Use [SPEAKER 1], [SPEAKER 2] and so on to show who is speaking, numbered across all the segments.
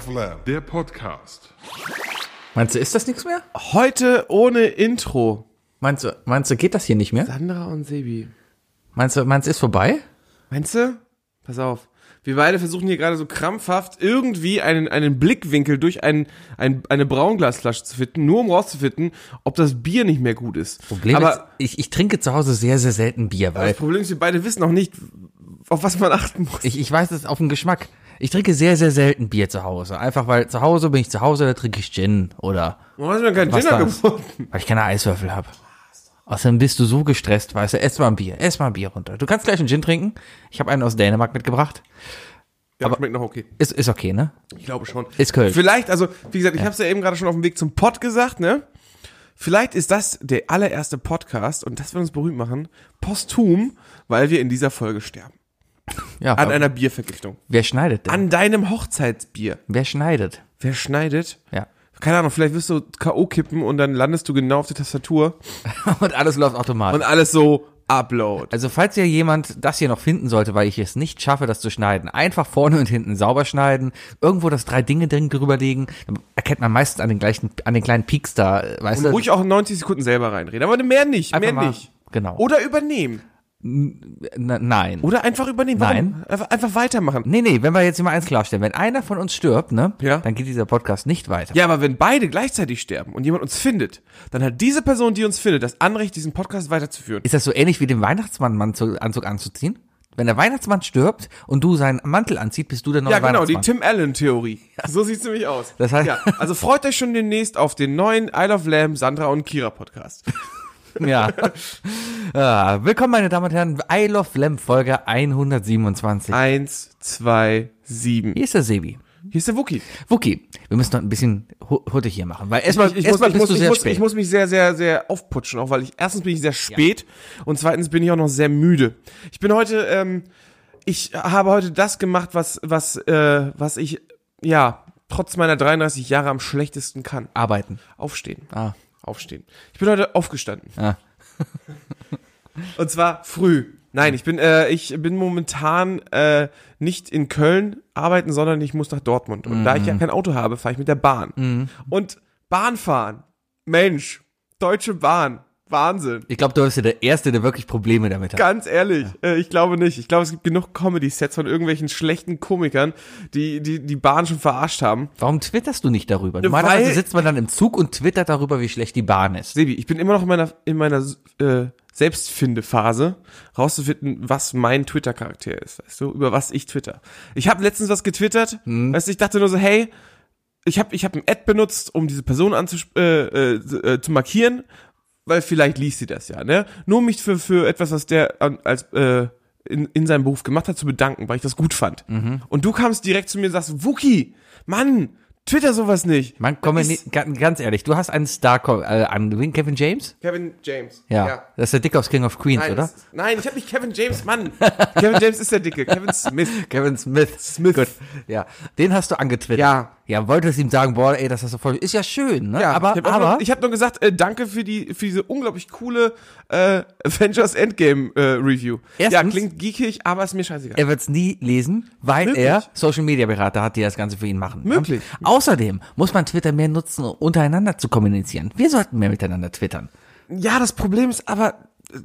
[SPEAKER 1] Flair.
[SPEAKER 2] Der Podcast.
[SPEAKER 3] Meinst du, ist das nichts mehr?
[SPEAKER 4] Heute ohne Intro.
[SPEAKER 3] Meinst du, meinst du, geht das hier nicht mehr?
[SPEAKER 4] Sandra und Sebi.
[SPEAKER 3] Meinst du, meinst du, ist vorbei?
[SPEAKER 4] Meinst du? Pass auf. Wir beide versuchen hier gerade so krampfhaft irgendwie einen, einen Blickwinkel durch ein, ein, eine Braunglasflasche zu finden, nur um rauszufinden, ob das Bier nicht mehr gut ist.
[SPEAKER 3] Problem
[SPEAKER 4] Aber
[SPEAKER 3] ist, ich, ich trinke zu Hause sehr, sehr selten Bier, weil
[SPEAKER 4] das Problem ist, wir beide wissen noch nicht, auf was man achten muss.
[SPEAKER 3] ich, ich weiß es auf den Geschmack. Ich trinke sehr, sehr selten Bier zu Hause. Einfach weil zu Hause bin ich zu Hause, da trinke ich Gin oder
[SPEAKER 4] Warum hast du denn keinen
[SPEAKER 3] was
[SPEAKER 4] Dinner
[SPEAKER 3] da ist.
[SPEAKER 4] gefunden?
[SPEAKER 3] Weil ich keine Eiswürfel habe. Außerdem bist du so gestresst, weißt du, ess mal ein Bier, ess mal ein Bier runter. Du kannst gleich einen Gin trinken. Ich habe einen aus Dänemark mitgebracht.
[SPEAKER 4] Ja, schmeckt noch okay.
[SPEAKER 3] Ist, ist okay, ne?
[SPEAKER 4] Ich glaube schon.
[SPEAKER 3] Ist Kölsch.
[SPEAKER 4] Vielleicht, also, wie gesagt, ich habe es ja eben gerade schon auf dem Weg zum Pod gesagt, ne? Vielleicht ist das der allererste Podcast, und das wird uns berühmt machen, posthum, weil wir in dieser Folge sterben.
[SPEAKER 3] Ja,
[SPEAKER 4] An
[SPEAKER 3] aber
[SPEAKER 4] einer Biervergiftung.
[SPEAKER 3] wer schneidet denn?
[SPEAKER 4] An deinem Hochzeitsbier.
[SPEAKER 3] Wer schneidet?
[SPEAKER 4] Wer schneidet?
[SPEAKER 3] Ja.
[SPEAKER 4] Keine Ahnung, vielleicht wirst du K.O. kippen und dann landest du genau auf der Tastatur
[SPEAKER 3] Und alles läuft automatisch.
[SPEAKER 4] und alles so Upload.
[SPEAKER 3] Also falls ja jemand das hier noch finden sollte, weil ich es nicht schaffe, das zu schneiden, einfach vorne und hinten sauber schneiden, irgendwo das drei Dinge drin drüber legen, dann erkennt man meistens an den gleichen, an den kleinen Peaks da, äh, weißt
[SPEAKER 4] Und
[SPEAKER 3] du?
[SPEAKER 4] ruhig auch 90 Sekunden selber reinreden, aber mehr nicht,
[SPEAKER 3] Einfach
[SPEAKER 4] mehr
[SPEAKER 3] mal-
[SPEAKER 4] nicht.
[SPEAKER 3] genau.
[SPEAKER 4] Oder übernehmen.
[SPEAKER 3] Na, nein.
[SPEAKER 4] Oder einfach übernehmen.
[SPEAKER 3] Nein.
[SPEAKER 4] Einfach, einfach weitermachen.
[SPEAKER 3] nee, nee, wenn wir jetzt hier mal eins klarstellen, wenn einer von uns stirbt, ne,
[SPEAKER 4] Ja.
[SPEAKER 3] dann geht dieser Podcast nicht weiter.
[SPEAKER 4] Ja, aber wenn beide gleichzeitig sterben und jemand uns findet, dann hat diese Person, die uns findet, das Anrecht, diesen Podcast weiterzuführen.
[SPEAKER 3] Ist das so ähnlich wie den Weihnachtsmann-Anzug anzuziehen? Wenn der Weihnachtsmann stirbt und du seinen Mantel anziehst, bist du der neue
[SPEAKER 4] Ja, genau, die
[SPEAKER 3] Weihnachtsmann.
[SPEAKER 4] Tim Allen-Theorie. So sieht's nämlich aus.
[SPEAKER 3] Das heißt-
[SPEAKER 4] ja, also freut euch schon demnächst auf den neuen Isle of Lamb, Sandra und Kira Podcast.
[SPEAKER 3] Ja. ah, willkommen, meine Damen und Herren, I Love Lamp Folge 127.
[SPEAKER 4] Eins, zwei, sieben.
[SPEAKER 3] Hier ist der Sebi.
[SPEAKER 4] Hier ist der Wookie.
[SPEAKER 3] Wookie, wir müssen noch ein bisschen Hu- Hutte hier machen, weil erstmal erstmal
[SPEAKER 4] ich,
[SPEAKER 3] bist
[SPEAKER 4] muss,
[SPEAKER 3] du
[SPEAKER 4] ich,
[SPEAKER 3] sehr
[SPEAKER 4] muss,
[SPEAKER 3] spät.
[SPEAKER 4] ich muss mich sehr, sehr, sehr aufputschen, auch weil ich erstens bin ich sehr spät und zweitens bin ich auch noch sehr müde. Ich bin heute, ähm, ich habe heute das gemacht, was, was, äh, was ich, ja, trotz meiner 33 Jahre am schlechtesten kann.
[SPEAKER 3] arbeiten.
[SPEAKER 4] Aufstehen.
[SPEAKER 3] Ah.
[SPEAKER 4] Aufstehen. Ich bin heute aufgestanden.
[SPEAKER 3] Ah.
[SPEAKER 4] und zwar früh. Nein, ich bin, äh, ich bin momentan äh, nicht in Köln arbeiten, sondern ich muss nach Dortmund. Und da ich ja kein Auto habe, fahre ich mit der Bahn. Und Bahn fahren. Mensch, Deutsche Bahn. Wahnsinn.
[SPEAKER 3] Ich glaube, du bist ja der Erste, der wirklich Probleme damit hat.
[SPEAKER 4] Ganz ehrlich, äh, ich glaube nicht. Ich glaube, es gibt genug Comedy-Sets von irgendwelchen schlechten Komikern, die die, die Bahn schon verarscht haben.
[SPEAKER 3] Warum twitterst du nicht darüber? Normalerweise
[SPEAKER 4] Weil-
[SPEAKER 3] sitzt man dann im Zug und twittert darüber, wie schlecht die Bahn ist.
[SPEAKER 4] Sebi, ich bin immer noch in meiner, in meiner äh, Selbstfindephase, rauszufinden, was mein Twitter-Charakter ist, weißt du, über was ich twitter. Ich habe letztens was getwittert, weißt du, ich dachte nur so, hey, ich habe ich hab ein Ad benutzt, um diese Person anzusp äh, äh, äh, zu markieren, weil vielleicht liest sie das ja, ne? Nur um mich für, für etwas, was der an, als äh, in, in seinem Beruf gemacht hat, zu bedanken, weil ich das gut fand. Und du kamst direkt zu mir und sagst, Wookie, Mann, twitter sowas nicht.
[SPEAKER 3] Man komme
[SPEAKER 4] Ist-
[SPEAKER 3] nicht, ganz ganz ehrlich, du hast einen Star äh, an Kevin James?
[SPEAKER 4] Kevin James.
[SPEAKER 3] Ja. Das ist der Dick aus King of Queens,
[SPEAKER 4] Nein,
[SPEAKER 3] oder?
[SPEAKER 4] das- nein, ich habe nicht Kevin James, Mann. Kevin James ist der Dicke. Kevin Smith.
[SPEAKER 3] Kevin Smith.
[SPEAKER 4] Smith.
[SPEAKER 3] Gut. Ja, den hast du angetwittert.
[SPEAKER 4] Ja.
[SPEAKER 3] Ja, wolltest ihm sagen, boah, ey, das hast du voll. Ist ja schön, ne?
[SPEAKER 4] Ja,
[SPEAKER 3] aber
[SPEAKER 4] ich habe
[SPEAKER 3] aber
[SPEAKER 4] nur, ich hab nur gesagt, äh, danke für die für diese unglaublich coole äh, Avengers Endgame äh, Review. ja,
[SPEAKER 3] Erstens-
[SPEAKER 4] klingt geekig, aber ist mir scheißegal.
[SPEAKER 3] Er wird es nie lesen, weil
[SPEAKER 4] Möglich.
[SPEAKER 3] er Social Media Berater hat, die das Ganze für ihn machen.
[SPEAKER 4] Möglich.
[SPEAKER 3] Außerdem muss man Twitter mehr nutzen, um untereinander zu kommunizieren. Wir sollten mehr miteinander twittern.
[SPEAKER 4] ja, das Problem ist aber äh,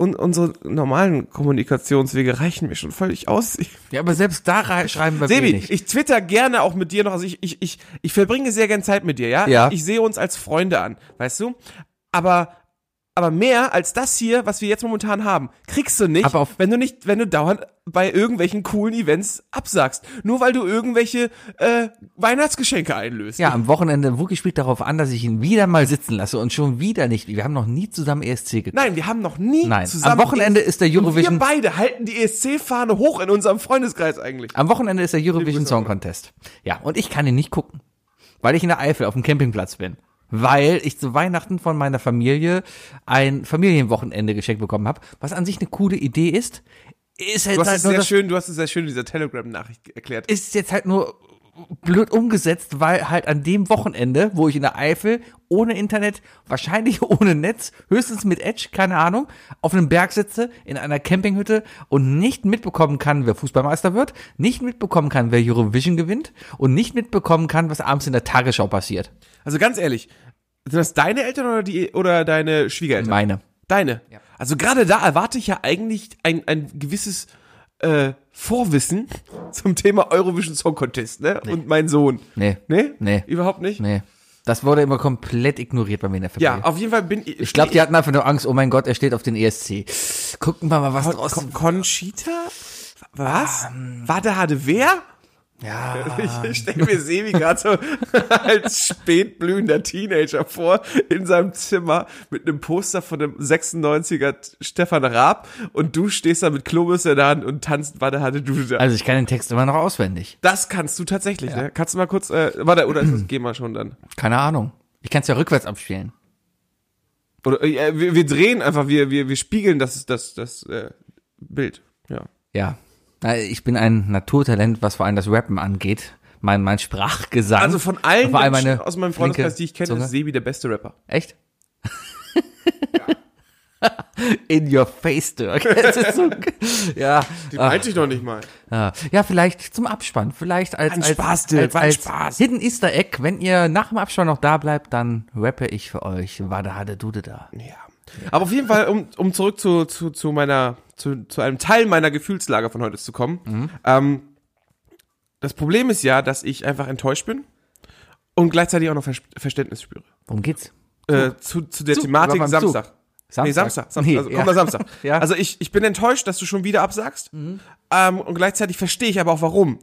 [SPEAKER 4] un, unsere normalen Kommunikationswege reichen mir schon völlig aus.
[SPEAKER 3] Ja, aber selbst da rei- schreiben wir
[SPEAKER 4] Sebi,
[SPEAKER 3] wenig.
[SPEAKER 4] ich twitter gerne auch mit dir noch. Also ich, ich, ich, ich verbringe sehr gern Zeit mit dir, ja?
[SPEAKER 3] Ja.
[SPEAKER 4] Ich sehe uns als Freunde an, weißt du? Aber, aber mehr als das hier, was wir jetzt momentan haben, kriegst du nicht,
[SPEAKER 3] Aber auf-
[SPEAKER 4] wenn du nicht, wenn du dauernd bei irgendwelchen coolen Events absagst. Nur weil du irgendwelche äh, Weihnachtsgeschenke einlöst.
[SPEAKER 3] ja, am Wochenende, Wookie spielt darauf an, dass ich ihn wieder mal sitzen lasse und schon wieder nicht. Wir haben noch nie zusammen ESC geguckt.
[SPEAKER 4] Nein, wir haben noch nie
[SPEAKER 3] Nein,
[SPEAKER 4] zusammen.
[SPEAKER 3] am Wochenende ist der Eurovision
[SPEAKER 4] wir beide halten die E ESC-Fahne hoch in unserem Freundeskreis eigentlich.
[SPEAKER 3] Am Wochenende ist der Eurovision Song Contest. Ja, und ich kann ihn nicht gucken, weil ich in der Eifel auf dem Campingplatz bin. Weil ich zu Weihnachten von meiner Familie ein Familienwochenende geschenkt bekommen habe, was an sich eine coole Idee ist. Ist
[SPEAKER 4] Du
[SPEAKER 3] jetzt
[SPEAKER 4] hast
[SPEAKER 3] halt
[SPEAKER 4] es
[SPEAKER 3] nur
[SPEAKER 4] sehr
[SPEAKER 3] das,
[SPEAKER 4] schön, du hast es sehr schön in dieser Telegram-Nachricht erklärt.
[SPEAKER 3] ist jetzt halt nur blöd umgesetzt, weil halt an dem Wochenende, wo ich in der Eifel ohne Internet, wahrscheinlich ohne Netz, höchstens mit Edge, keine Ahnung, auf einem Berg sitze, in einer Campinghütte und nicht mitbekommen kann, wer Fußballmeister wird, nicht mitbekommen kann, wer Eurovision gewinnt und nicht mitbekommen kann, was abends in der Tagesschau passiert.
[SPEAKER 4] Also ganz ehrlich, sind das deine Eltern oder die oder deine Schwiegereltern?
[SPEAKER 3] Meine.
[SPEAKER 4] Deine. Also gerade da erwarte ich ja eigentlich ein, ein gewisses äh, Vorwissen zum Thema Eurovision Song Contest, ne? Und mein Sohn.
[SPEAKER 3] Nee.
[SPEAKER 4] Nee?
[SPEAKER 3] Nee.
[SPEAKER 4] Überhaupt nicht?
[SPEAKER 3] Nee. Das wurde immer komplett ignoriert bei mir in der Familie.
[SPEAKER 4] Ja, auf jeden Fall bin ich.
[SPEAKER 3] Ich glaube, die hatten einfach nur Angst, oh mein Gott, er steht auf den ESC. Gucken wir mal, was
[SPEAKER 4] Con-
[SPEAKER 3] draus
[SPEAKER 4] Con- Conchita? Was? Warte, hatte wer?
[SPEAKER 3] Ja.
[SPEAKER 4] Ich stelle mir Sebi gerade so als spätblühender Teenager vor, in seinem Zimmer mit einem Poster von dem 96er Stefan Raab und du stehst da mit Klobus in der Hand und tanzt Warte hatte du da.
[SPEAKER 3] Also ich kann den Text immer noch auswendig.
[SPEAKER 4] das kannst du tatsächlich, ne? Kannst du mal kurz, äh, warte, oder ist das GEMA schon dann?
[SPEAKER 3] Keine Ahnung. Ich kann es ja rückwärts abspielen.
[SPEAKER 4] Oder äh, wir, wir drehen einfach, wir, wir, wir spiegeln das, das, das äh, Bild. Ja.
[SPEAKER 3] Ja. Na, Ich bin ein Naturtalent, was vor allem das Rappen angeht. Mein, mein Sprachgesang.
[SPEAKER 4] Also von allen
[SPEAKER 3] vor allem
[SPEAKER 4] Menschen
[SPEAKER 3] meine
[SPEAKER 4] aus meinem
[SPEAKER 3] flinke
[SPEAKER 4] Freundeskreis, die ich kenne,
[SPEAKER 3] Zunge.
[SPEAKER 4] ist Sebi der beste Rapper.
[SPEAKER 3] Echt? In your face, Dirk. Das ist so, ja.
[SPEAKER 4] meinte ich noch nicht mal.
[SPEAKER 3] Ah, Ja, vielleicht zum Abspann. Vielleicht als,
[SPEAKER 4] Ein
[SPEAKER 3] als,
[SPEAKER 4] Spaß, Dirk,
[SPEAKER 3] als,
[SPEAKER 4] war ein
[SPEAKER 3] als
[SPEAKER 4] Spaß.
[SPEAKER 3] Hidden Easter Egg. Wenn ihr nach dem Abspann noch da bleibt, dann rappe ich für euch. Wada hade dude da.
[SPEAKER 4] Ja. Aber auf jeden Fall, um, um zurück zu, zu, zu meiner, zu, zu einem Teil meiner Gefühlslage von heute zu kommen.
[SPEAKER 3] Mhm.
[SPEAKER 4] Ähm, das Problem ist ja, dass ich einfach enttäuscht bin und gleichzeitig auch noch Vers Verständnis spüre.
[SPEAKER 3] Worum geht's?
[SPEAKER 4] Äh, zu, zu der
[SPEAKER 3] Zug,
[SPEAKER 4] Thematik
[SPEAKER 3] aber beim Zug.
[SPEAKER 4] Samstag. Nee, Samstag. Samstag. also,
[SPEAKER 3] ja.
[SPEAKER 4] Komm mal Samstag.
[SPEAKER 3] Ja. Mhm.
[SPEAKER 4] Also ich, ich bin enttäuscht, dass du schon wieder absagst. Ähm, und gleichzeitig verstehe ich aber auch warum.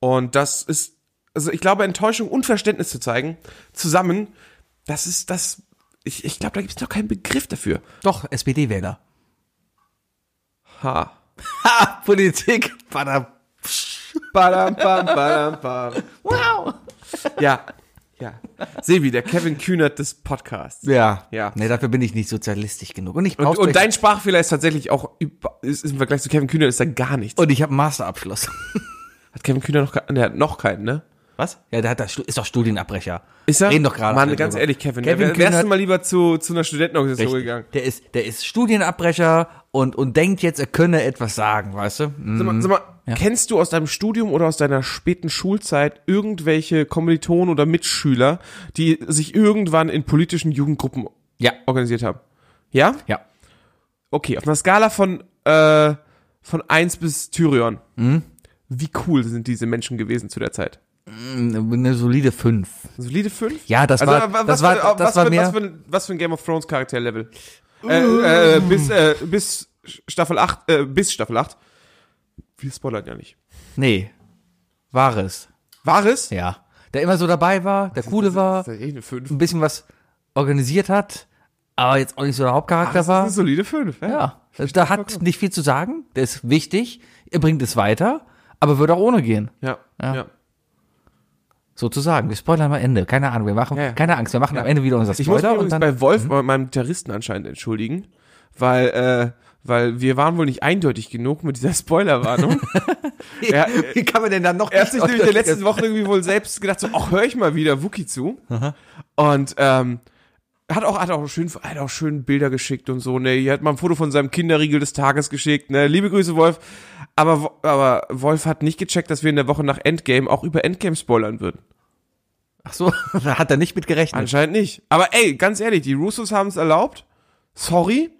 [SPEAKER 4] Und das ist, also ich glaube, Enttäuschung und Verständnis zu zeigen, zusammen, das ist das. Ich, ich glaube, da gibt es noch keinen Begriff dafür.
[SPEAKER 3] Doch, SPD-Wähler.
[SPEAKER 4] Ha.
[SPEAKER 3] Ha, Politik. Badam.
[SPEAKER 4] Badam, bam, badam, bam.
[SPEAKER 3] Wow.
[SPEAKER 4] Ja. Ja. Sebi, der Kevin Kühnert des Podcasts.
[SPEAKER 3] Ja.
[SPEAKER 4] Ja.
[SPEAKER 3] Nee, dafür bin ich nicht sozialistisch genug. Und ich
[SPEAKER 4] Und,
[SPEAKER 3] brauch's
[SPEAKER 4] und
[SPEAKER 3] gleich-
[SPEAKER 4] dein Sprachfehler ist tatsächlich auch über, ist, ist im Vergleich zu Kevin Kühnert ist da gar nichts.
[SPEAKER 3] und ich habe einen Masterabschluss.
[SPEAKER 4] Hat Kevin Kühner noch, ke- ne, hat noch keinen, ne? Was?
[SPEAKER 3] Ja, der hat das, ist doch Studienabbrecher.
[SPEAKER 4] Ist er?
[SPEAKER 3] Reden doch gerade.
[SPEAKER 4] Mann,
[SPEAKER 3] alle
[SPEAKER 4] ganz
[SPEAKER 3] drüber.
[SPEAKER 4] ehrlich, Kevin.
[SPEAKER 3] Kevin
[SPEAKER 4] Kevin wär, wärst
[SPEAKER 3] Kühnert-
[SPEAKER 4] du mal lieber zu, zu einer Studentenorganisation
[SPEAKER 3] Richtig.
[SPEAKER 4] gegangen.
[SPEAKER 3] Der ist, der ist Studienabbrecher und, und denkt jetzt, er könne etwas sagen, weißt du? Mhm.
[SPEAKER 4] Sag mal, sag mal kennst du aus deinem Studium oder aus deiner späten Schulzeit irgendwelche Kommilitonen oder Mitschüler, die sich irgendwann in politischen Jugendgruppen
[SPEAKER 3] Ja.
[SPEAKER 4] organisiert haben? Ja?
[SPEAKER 3] Ja.
[SPEAKER 4] Okay, auf einer Skala von, äh, von 1 bis Tyrion.
[SPEAKER 3] Mhm.
[SPEAKER 4] Wie cool sind diese Menschen gewesen zu der Zeit?
[SPEAKER 3] Eine solide 5.
[SPEAKER 4] Solide 5?
[SPEAKER 3] Ja, das war-
[SPEAKER 4] wa-
[SPEAKER 3] das
[SPEAKER 4] was
[SPEAKER 3] war-
[SPEAKER 4] für, äh,
[SPEAKER 3] das
[SPEAKER 4] was
[SPEAKER 3] war
[SPEAKER 4] für,
[SPEAKER 3] mehr- Uh.
[SPEAKER 4] Was für, ein- was für ein Game of Thrones Charakterlevel? Äh, äh, bis, äh, bis Staffel 8, äh, bis Staffel 8. Wir spoilern ja nicht.
[SPEAKER 3] Nee. War es.
[SPEAKER 4] War es?
[SPEAKER 3] Ja. Der immer so dabei war, der coole war,
[SPEAKER 4] Das ist ja eh eine 5.
[SPEAKER 3] ein bisschen was organisiert hat, aber jetzt auch nicht so der Hauptcharakter
[SPEAKER 4] Das ist
[SPEAKER 3] war.
[SPEAKER 4] eine solide 5. Ja.
[SPEAKER 3] Ja. Da hat nicht viel zu sagen. Der ist wichtig. Er bringt es weiter, aber würde auch ohne gehen.
[SPEAKER 4] Ja.
[SPEAKER 3] Ja.
[SPEAKER 4] ja.
[SPEAKER 3] Sozusagen. Wir spoilern am Ende. Keine Ahnung. Wir machen,
[SPEAKER 4] Ja, ja.
[SPEAKER 3] keine Angst. Wir machen am Ende wieder unser
[SPEAKER 4] Ich muss mich
[SPEAKER 3] Spoiler und
[SPEAKER 4] übrigens
[SPEAKER 3] dann. Mhm.
[SPEAKER 4] bei Wolf, bei meinem Gitarristen anscheinend entschuldigen, weil, äh, weil wir waren wohl nicht eindeutig genug mit dieser Spoilerwarnung. er,
[SPEAKER 3] Wie kann man denn dann noch
[SPEAKER 4] er hat sich nämlich in der letzten Woche irgendwie wohl selbst gedacht, so, ach, höre ich mal wieder Wookie zu. Und ähm, hat auch, hat auch schön, hat auch schön Bilder geschickt und so, ne, hier hat mal ein Foto von seinem Kinderriegel des Tages geschickt, ne, liebe Grüße, Wolf. Aber, Wo- aber Wolf hat nicht gecheckt, dass wir in der Woche nach Endgame auch über Endgame spoilern würden.
[SPEAKER 3] Ach so, da hat er nicht mit gerechnet.
[SPEAKER 4] Anscheinend nicht. Aber ey, ganz ehrlich, die Russos haben es erlaubt. Sorry.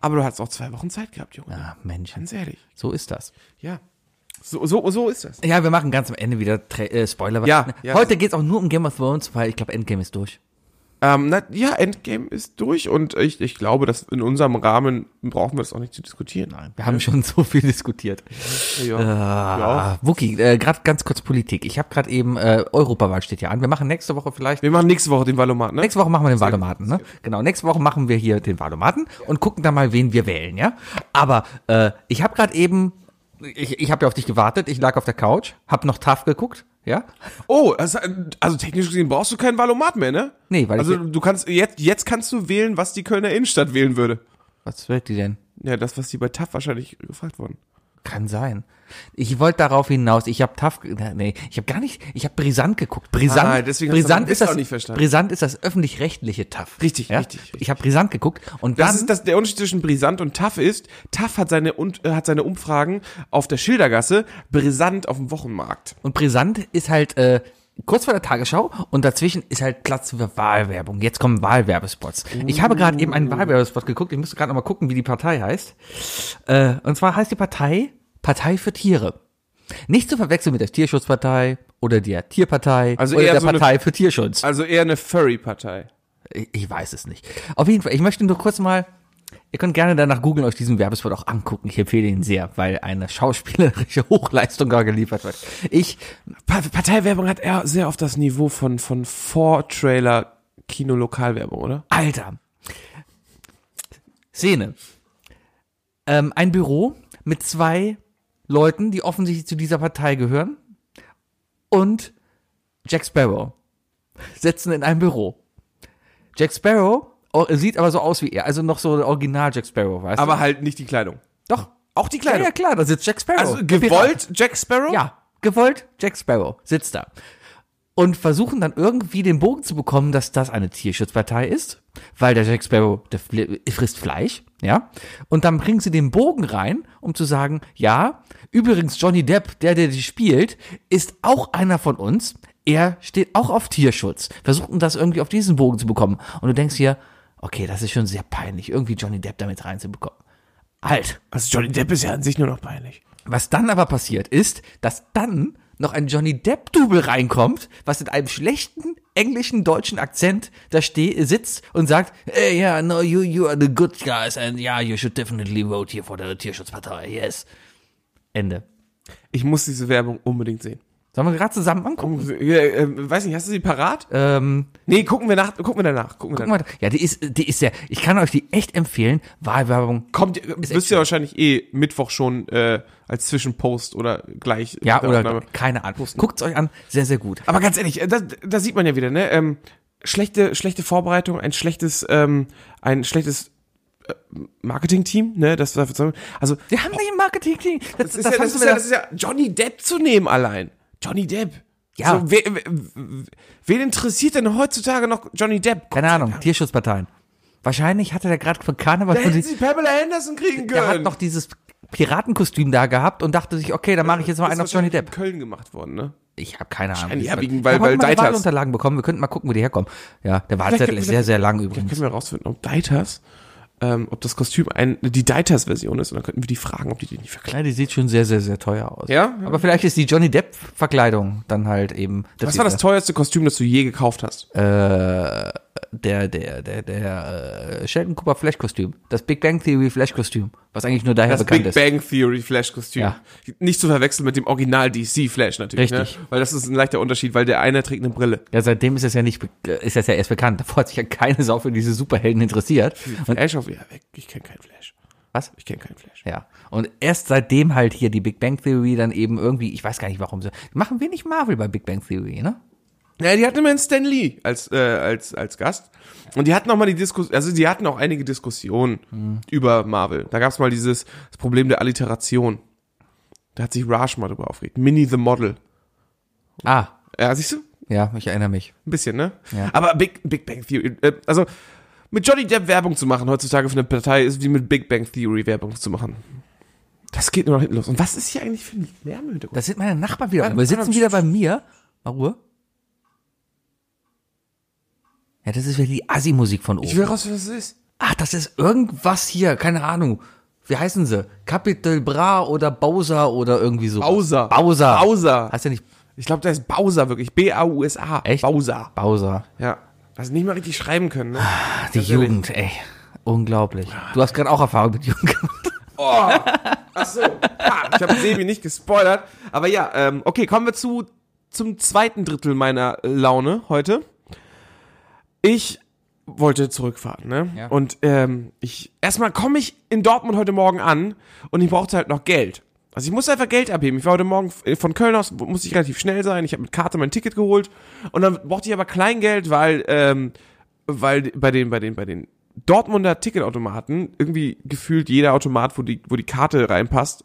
[SPEAKER 4] Aber du hast auch zwei Wochen Zeit gehabt, Junge.
[SPEAKER 3] Ah, Mensch.
[SPEAKER 4] Ganz ehrlich.
[SPEAKER 3] So ist das.
[SPEAKER 4] Ja. So, so, so ist das.
[SPEAKER 3] Ja, wir machen ganz am Ende wieder Tra äh, Spoiler.
[SPEAKER 4] Ja, ja.
[SPEAKER 3] Heute geht's auch nur um Game of Thrones, weil ich glaube, Endgame ist durch.
[SPEAKER 4] Ähm, na, ja, Endgame ist durch und ich, ich glaube, dass in unserem Rahmen brauchen wir es auch nicht zu diskutieren. Äh, Nein.
[SPEAKER 3] Wir haben schon so viel diskutiert.
[SPEAKER 4] Ja. ja.
[SPEAKER 3] Ah, Wookie, äh, gerade ganz kurz Politik. Ich habe gerade eben, äh, Europawahl steht ja an. Wir machen nächste Woche vielleicht.
[SPEAKER 4] Wir machen nächste Woche den Valomat, ne?
[SPEAKER 3] Nächste Woche machen wir den Wahlomaten, ne? Genau, nächste Woche machen wir hier den Wahlomaten und gucken dann mal, wen wir wählen, ja? Aber äh, ich habe gerade eben, ich, ich habe ja auf dich gewartet, ich lag auf der Couch, habe noch TAF geguckt, ja?
[SPEAKER 4] Oh, also, also technisch gesehen brauchst du keinen Valomat mehr, ne?
[SPEAKER 3] Nee, weil ich-
[SPEAKER 4] Also du kannst jetzt, jetzt kannst du wählen, was die Kölner Innenstadt wählen würde.
[SPEAKER 3] Was wählt die denn?
[SPEAKER 4] Ja, das, was die bei TAF wahrscheinlich gefragt wurden.
[SPEAKER 3] Kann sein. Ich wollte darauf hinaus. Ich habe tough, ge- nee, ich habe gar nicht, ich habe brisant geguckt. Brisant,
[SPEAKER 4] Ah, deswegen hast du
[SPEAKER 3] brisant
[SPEAKER 4] meinen
[SPEAKER 3] ist
[SPEAKER 4] Witz
[SPEAKER 3] das,
[SPEAKER 4] auch nicht verstanden.
[SPEAKER 3] brisant ist das öffentlich-rechtliche tough.
[SPEAKER 4] Richtig, richtig, richtig.
[SPEAKER 3] Ich habe brisant geguckt und
[SPEAKER 4] Das
[SPEAKER 3] dann
[SPEAKER 4] ist das, der Unterschied zwischen brisant und tough ist. Tough hat seine, und, äh, hat seine Umfragen auf der Schildergasse, brisant auf dem Wochenmarkt.
[SPEAKER 3] und brisant ist halt äh, kurz vor der Tagesschau und dazwischen ist halt Platz für Wahlwerbung. Jetzt kommen Wahlwerbespots. Ich habe gerade eben einen Wahlwerbespot geguckt. Ich müsste gerade noch mal gucken, wie die Partei heißt. Äh, und zwar heißt die Partei Partei für Tiere. Nicht zu verwechseln mit der Tierschutzpartei oder der Tierpartei
[SPEAKER 4] Also
[SPEAKER 3] oder
[SPEAKER 4] eher
[SPEAKER 3] der
[SPEAKER 4] so eine-
[SPEAKER 3] Partei für Tierschutz.
[SPEAKER 4] Also eher eine Furry-Partei.
[SPEAKER 3] Ich ich weiß es nicht. Auf jeden Fall, ich möchte nur kurz mal, ihr könnt gerne danach googeln, euch diesen Werbespot auch angucken. Ich empfehle ihn sehr, weil eine schauspielerische Hochleistung da geliefert wird. Ich,
[SPEAKER 4] Pa Parteiwerbung hat eher sehr oft das Niveau von, von Vor-Trailer-Kino-Lokalwerbung, oder?
[SPEAKER 3] Alter. Szene. Ähm, ein Büro mit zwei Leuten, die offensichtlich zu dieser Partei gehören und Jack Sparrow sitzen in einem Büro. Jack Sparrow oh, sieht aber so aus wie er, also noch so original Jack Sparrow, weißt
[SPEAKER 4] Aber halt nicht die Kleidung.
[SPEAKER 3] du? Doch.
[SPEAKER 4] Auch die
[SPEAKER 3] Ja,
[SPEAKER 4] Kleidung.
[SPEAKER 3] ja, klar, da sitzt Jack Sparrow.
[SPEAKER 4] Also
[SPEAKER 3] Der
[SPEAKER 4] gewollt Jack Sparrow?
[SPEAKER 3] Pirat. Ja, gewollt Jack Sparrow sitzt da. Und versuchen dann irgendwie den Bogen zu bekommen, dass das eine Tierschutzpartei ist, weil der Jack Sparrow der fli- frisst Fleisch, ja. Und dann bringen sie den Bogen rein, um zu sagen, ja, übrigens Johnny Depp, der, der die spielt, ist auch einer von uns. Er steht auch auf Tierschutz. Versuchen das irgendwie auf diesen Bogen zu bekommen. Und du denkst hier, okay, das ist schon sehr peinlich, irgendwie Johnny Depp damit reinzubekommen. Halt.
[SPEAKER 4] Also Johnny Depp ist ja an sich nur noch peinlich.
[SPEAKER 3] Was dann aber passiert ist, dass dann noch ein Johnny Depp-Double reinkommt, was in einem schlechten englischen deutschen Akzent da ste sitzt und sagt, hey, yeah, no, you, you are the good guys and yeah, you should definitely vote here for the Tierschutzpartei, yes. Ende.
[SPEAKER 4] Ich muss diese Werbung unbedingt sehen.
[SPEAKER 3] Sollen wir gerade zusammen angucken?
[SPEAKER 4] Äh, äh, weiß nicht, hast du sie parat?
[SPEAKER 3] Ähm,
[SPEAKER 4] Nee, gucken wir nach, gucken wir danach. Gucken wir
[SPEAKER 3] guck mal,
[SPEAKER 4] danach.
[SPEAKER 3] da- ja, die ist, die ist ja, ich kann euch die echt empfehlen, Wahlwerbung.
[SPEAKER 4] Kommt,
[SPEAKER 3] echt
[SPEAKER 4] wirst ja wahrscheinlich eh Mittwoch schon äh, als Zwischenpost oder gleich.
[SPEAKER 3] Ja,
[SPEAKER 4] mit der
[SPEAKER 3] oder
[SPEAKER 4] Aufnahme.
[SPEAKER 3] keine Ahnung. Guckt's euch an, sehr, sehr gut.
[SPEAKER 4] Aber ganz ehrlich, äh, da, da sieht man ja wieder, ne? Ähm, schlechte, schlechte Vorbereitung, ein schlechtes, ähm, ein schlechtes äh, Marketingteam, ne? Das, das, also
[SPEAKER 3] Wir haben nicht im Marketing, das, das,
[SPEAKER 4] ist
[SPEAKER 3] das,
[SPEAKER 4] ja,
[SPEAKER 3] haben
[SPEAKER 4] das,
[SPEAKER 3] sie
[SPEAKER 4] ist
[SPEAKER 3] mir
[SPEAKER 4] ja,
[SPEAKER 3] da-
[SPEAKER 4] das ist ja Johnny Depp zu nehmen allein. Johnny Depp.
[SPEAKER 3] Ja.
[SPEAKER 4] So, we, we, wen interessiert denn heutzutage noch Johnny Depp?
[SPEAKER 3] Keine Ahnung, Tierschutzparteien. Wahrscheinlich hatte der gerade von Karneval
[SPEAKER 4] Da
[SPEAKER 3] von
[SPEAKER 4] hätten sie Pamela Anderson kriegen
[SPEAKER 3] Der hat
[SPEAKER 4] können.
[SPEAKER 3] noch dieses Piratenkostüm da gehabt und dachte sich, okay, dann mache ich jetzt mal einen auf
[SPEAKER 4] wahrscheinlich
[SPEAKER 3] Johnny Depp.
[SPEAKER 4] In Köln gemacht worden, ne?
[SPEAKER 3] Ich habe keine Ahnung.
[SPEAKER 4] Wahrscheinlich,
[SPEAKER 3] wie
[SPEAKER 4] ja,
[SPEAKER 3] es wird.
[SPEAKER 4] wegen-
[SPEAKER 3] Ich
[SPEAKER 4] weil-
[SPEAKER 3] hab
[SPEAKER 4] weil
[SPEAKER 3] heute mal
[SPEAKER 4] Deiters-
[SPEAKER 3] Wahlunterlagen bekommen. Wir könnten mal gucken, wo die herkommen. Ja, der Wahlzettel
[SPEAKER 4] können
[SPEAKER 3] ist
[SPEAKER 4] wir-
[SPEAKER 3] sehr, sehr lang
[SPEAKER 4] Dann
[SPEAKER 3] übrigens.
[SPEAKER 4] können wir rausfinden, ob Deiters, ähm, ob das Kostüm ein, die Deiters-Version ist. Und dann könnten wir die fragen, ob die die nicht verkleiden.
[SPEAKER 3] Ja, die sieht schon sehr, sehr, sehr teuer aus.
[SPEAKER 4] Ja?
[SPEAKER 3] Aber vielleicht ist die Johnny Depp-Verkleidung dann halt eben.
[SPEAKER 4] Was war das teuerste Kostüm, das du je gekauft hast?
[SPEAKER 3] Äh, Der, der, der, der äh, Sheldon Cooper Flash-Kostüm. Das Big Bang Theory Flash-Kostüm. Was eigentlich nur daher
[SPEAKER 4] das
[SPEAKER 3] bekannt
[SPEAKER 4] Big
[SPEAKER 3] ist.
[SPEAKER 4] Bang Theory Flash-Kostüm.
[SPEAKER 3] Ja.
[SPEAKER 4] Nicht zu verwechseln mit dem Original DC Flash natürlich.
[SPEAKER 3] Richtig.
[SPEAKER 4] Ne? Weil das ist ein leichter Unterschied, weil der eine trägt eine Brille.
[SPEAKER 3] Ja, seitdem ist es ja nicht, be- ist das ja erst bekannt. Davor hat sich ja keine Sau für diese Superhelden interessiert.
[SPEAKER 4] Flash auf, ja, weg. Ich kenne keinen Flash.
[SPEAKER 3] Was?
[SPEAKER 4] Ich kenne keinen Flash.
[SPEAKER 3] Ja. Und erst seitdem halt hier die Big Bang Theory dann eben irgendwie, ich weiß gar nicht warum sie. Machen wir nicht Marvel bei Big Bang Theory, ne?
[SPEAKER 4] Ja, die hatten immerhin Stan Lee als, äh, als, als Gast. Und die hatten auch mal die Diskussion, also die hatten auch einige Diskussionen
[SPEAKER 3] Mhm.
[SPEAKER 4] über Marvel. Da gab es mal dieses das Problem der Alliteration. Da hat sich Raj mal drüber aufgeregt. Mini the Model.
[SPEAKER 3] Ah,
[SPEAKER 4] Ja, siehst du?
[SPEAKER 3] ja, ich erinnere mich.
[SPEAKER 4] Ein bisschen, ne?
[SPEAKER 3] Ja.
[SPEAKER 4] Aber Big, Big Bang Theory, äh, also mit Johnny Depp Werbung zu machen heutzutage für eine Partei ist wie mit Big Bang Theory Werbung zu machen. Das geht nur noch hinten los. Und was ist hier eigentlich für ein Lärm im Hintergrund?
[SPEAKER 3] Das sind meine Nachbarn wieder. Wir sitzen wieder bei mir. Mal Ruhe. Ja, das ist wieder die Assi-Musik von
[SPEAKER 4] Ich
[SPEAKER 3] oben.
[SPEAKER 4] will raus, was es ist.
[SPEAKER 3] Ach, Ah, das ist irgendwas hier, keine Ahnung. Wie heißen sie? Capital Bra oder Bowser oder irgendwie so.
[SPEAKER 4] Bowser.
[SPEAKER 3] Bowser.
[SPEAKER 4] Bowser.
[SPEAKER 3] Heißt ja nicht
[SPEAKER 4] Ich glaube, da ist Bowser wirklich. B-A-U-S-A.
[SPEAKER 3] Echt?
[SPEAKER 4] Bowser.
[SPEAKER 3] Bowser.
[SPEAKER 4] Ja. Also nicht mal richtig schreiben können, ne?
[SPEAKER 3] Die Jugend, ey. Unglaublich. Du hast gerade auch Erfahrung mit Jugend gemacht.
[SPEAKER 4] Oh. Ach so. Ha, ich habe Sebi nicht gespoilert. Aber ja, ähm, okay, kommen wir zu zum zweiten Drittel meiner Laune heute. Ich wollte zurückfahren, ne?
[SPEAKER 3] Ja.
[SPEAKER 4] Und ähm, ich erstmal komme ich in Dortmund heute Morgen an und ich brauchte halt noch Geld. Also ich musste einfach Geld abheben. Ich war heute Morgen äh, von Köln aus, musste ich relativ schnell sein. Ich habe mit Karte mein Ticket geholt und dann brauchte ich aber Kleingeld, weil ähm, weil bei den, bei den, bei den Dortmunder Ticketautomaten irgendwie gefühlt jeder Automat, wo die, wo die Karte reinpasst,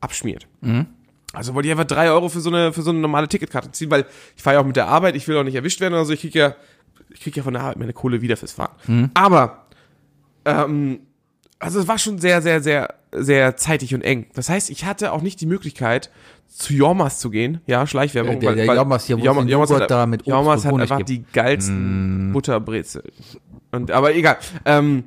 [SPEAKER 4] abschmiert.
[SPEAKER 3] Mhm.
[SPEAKER 4] Also wollte ich einfach drei Euro für so eine, für so eine normale Ticketkarte ziehen, weil ich fahre ja auch mit der Arbeit, ich will auch nicht erwischt werden oder so, ich krieg ja, ich krieg ja von der Arbeit meine Kohle wieder fürs Fahren.
[SPEAKER 3] Mhm.
[SPEAKER 4] Aber, ähm, also es war schon sehr, sehr, sehr, sehr zeitig und eng. Das heißt, ich hatte auch nicht die Möglichkeit, zu Jormas zu gehen. Ja, Schleichwerbung.
[SPEAKER 3] Der- der- der Jormas hier, wo es
[SPEAKER 4] Jorma-
[SPEAKER 3] den
[SPEAKER 4] Jormas
[SPEAKER 3] Joghurt
[SPEAKER 4] hat,
[SPEAKER 3] da mit Obst
[SPEAKER 4] Jormas
[SPEAKER 3] und
[SPEAKER 4] hat
[SPEAKER 3] Honig
[SPEAKER 4] einfach
[SPEAKER 3] gibt. Mhm.
[SPEAKER 4] die geilsten Butterbrezeln. Und, aber egal. Ähm,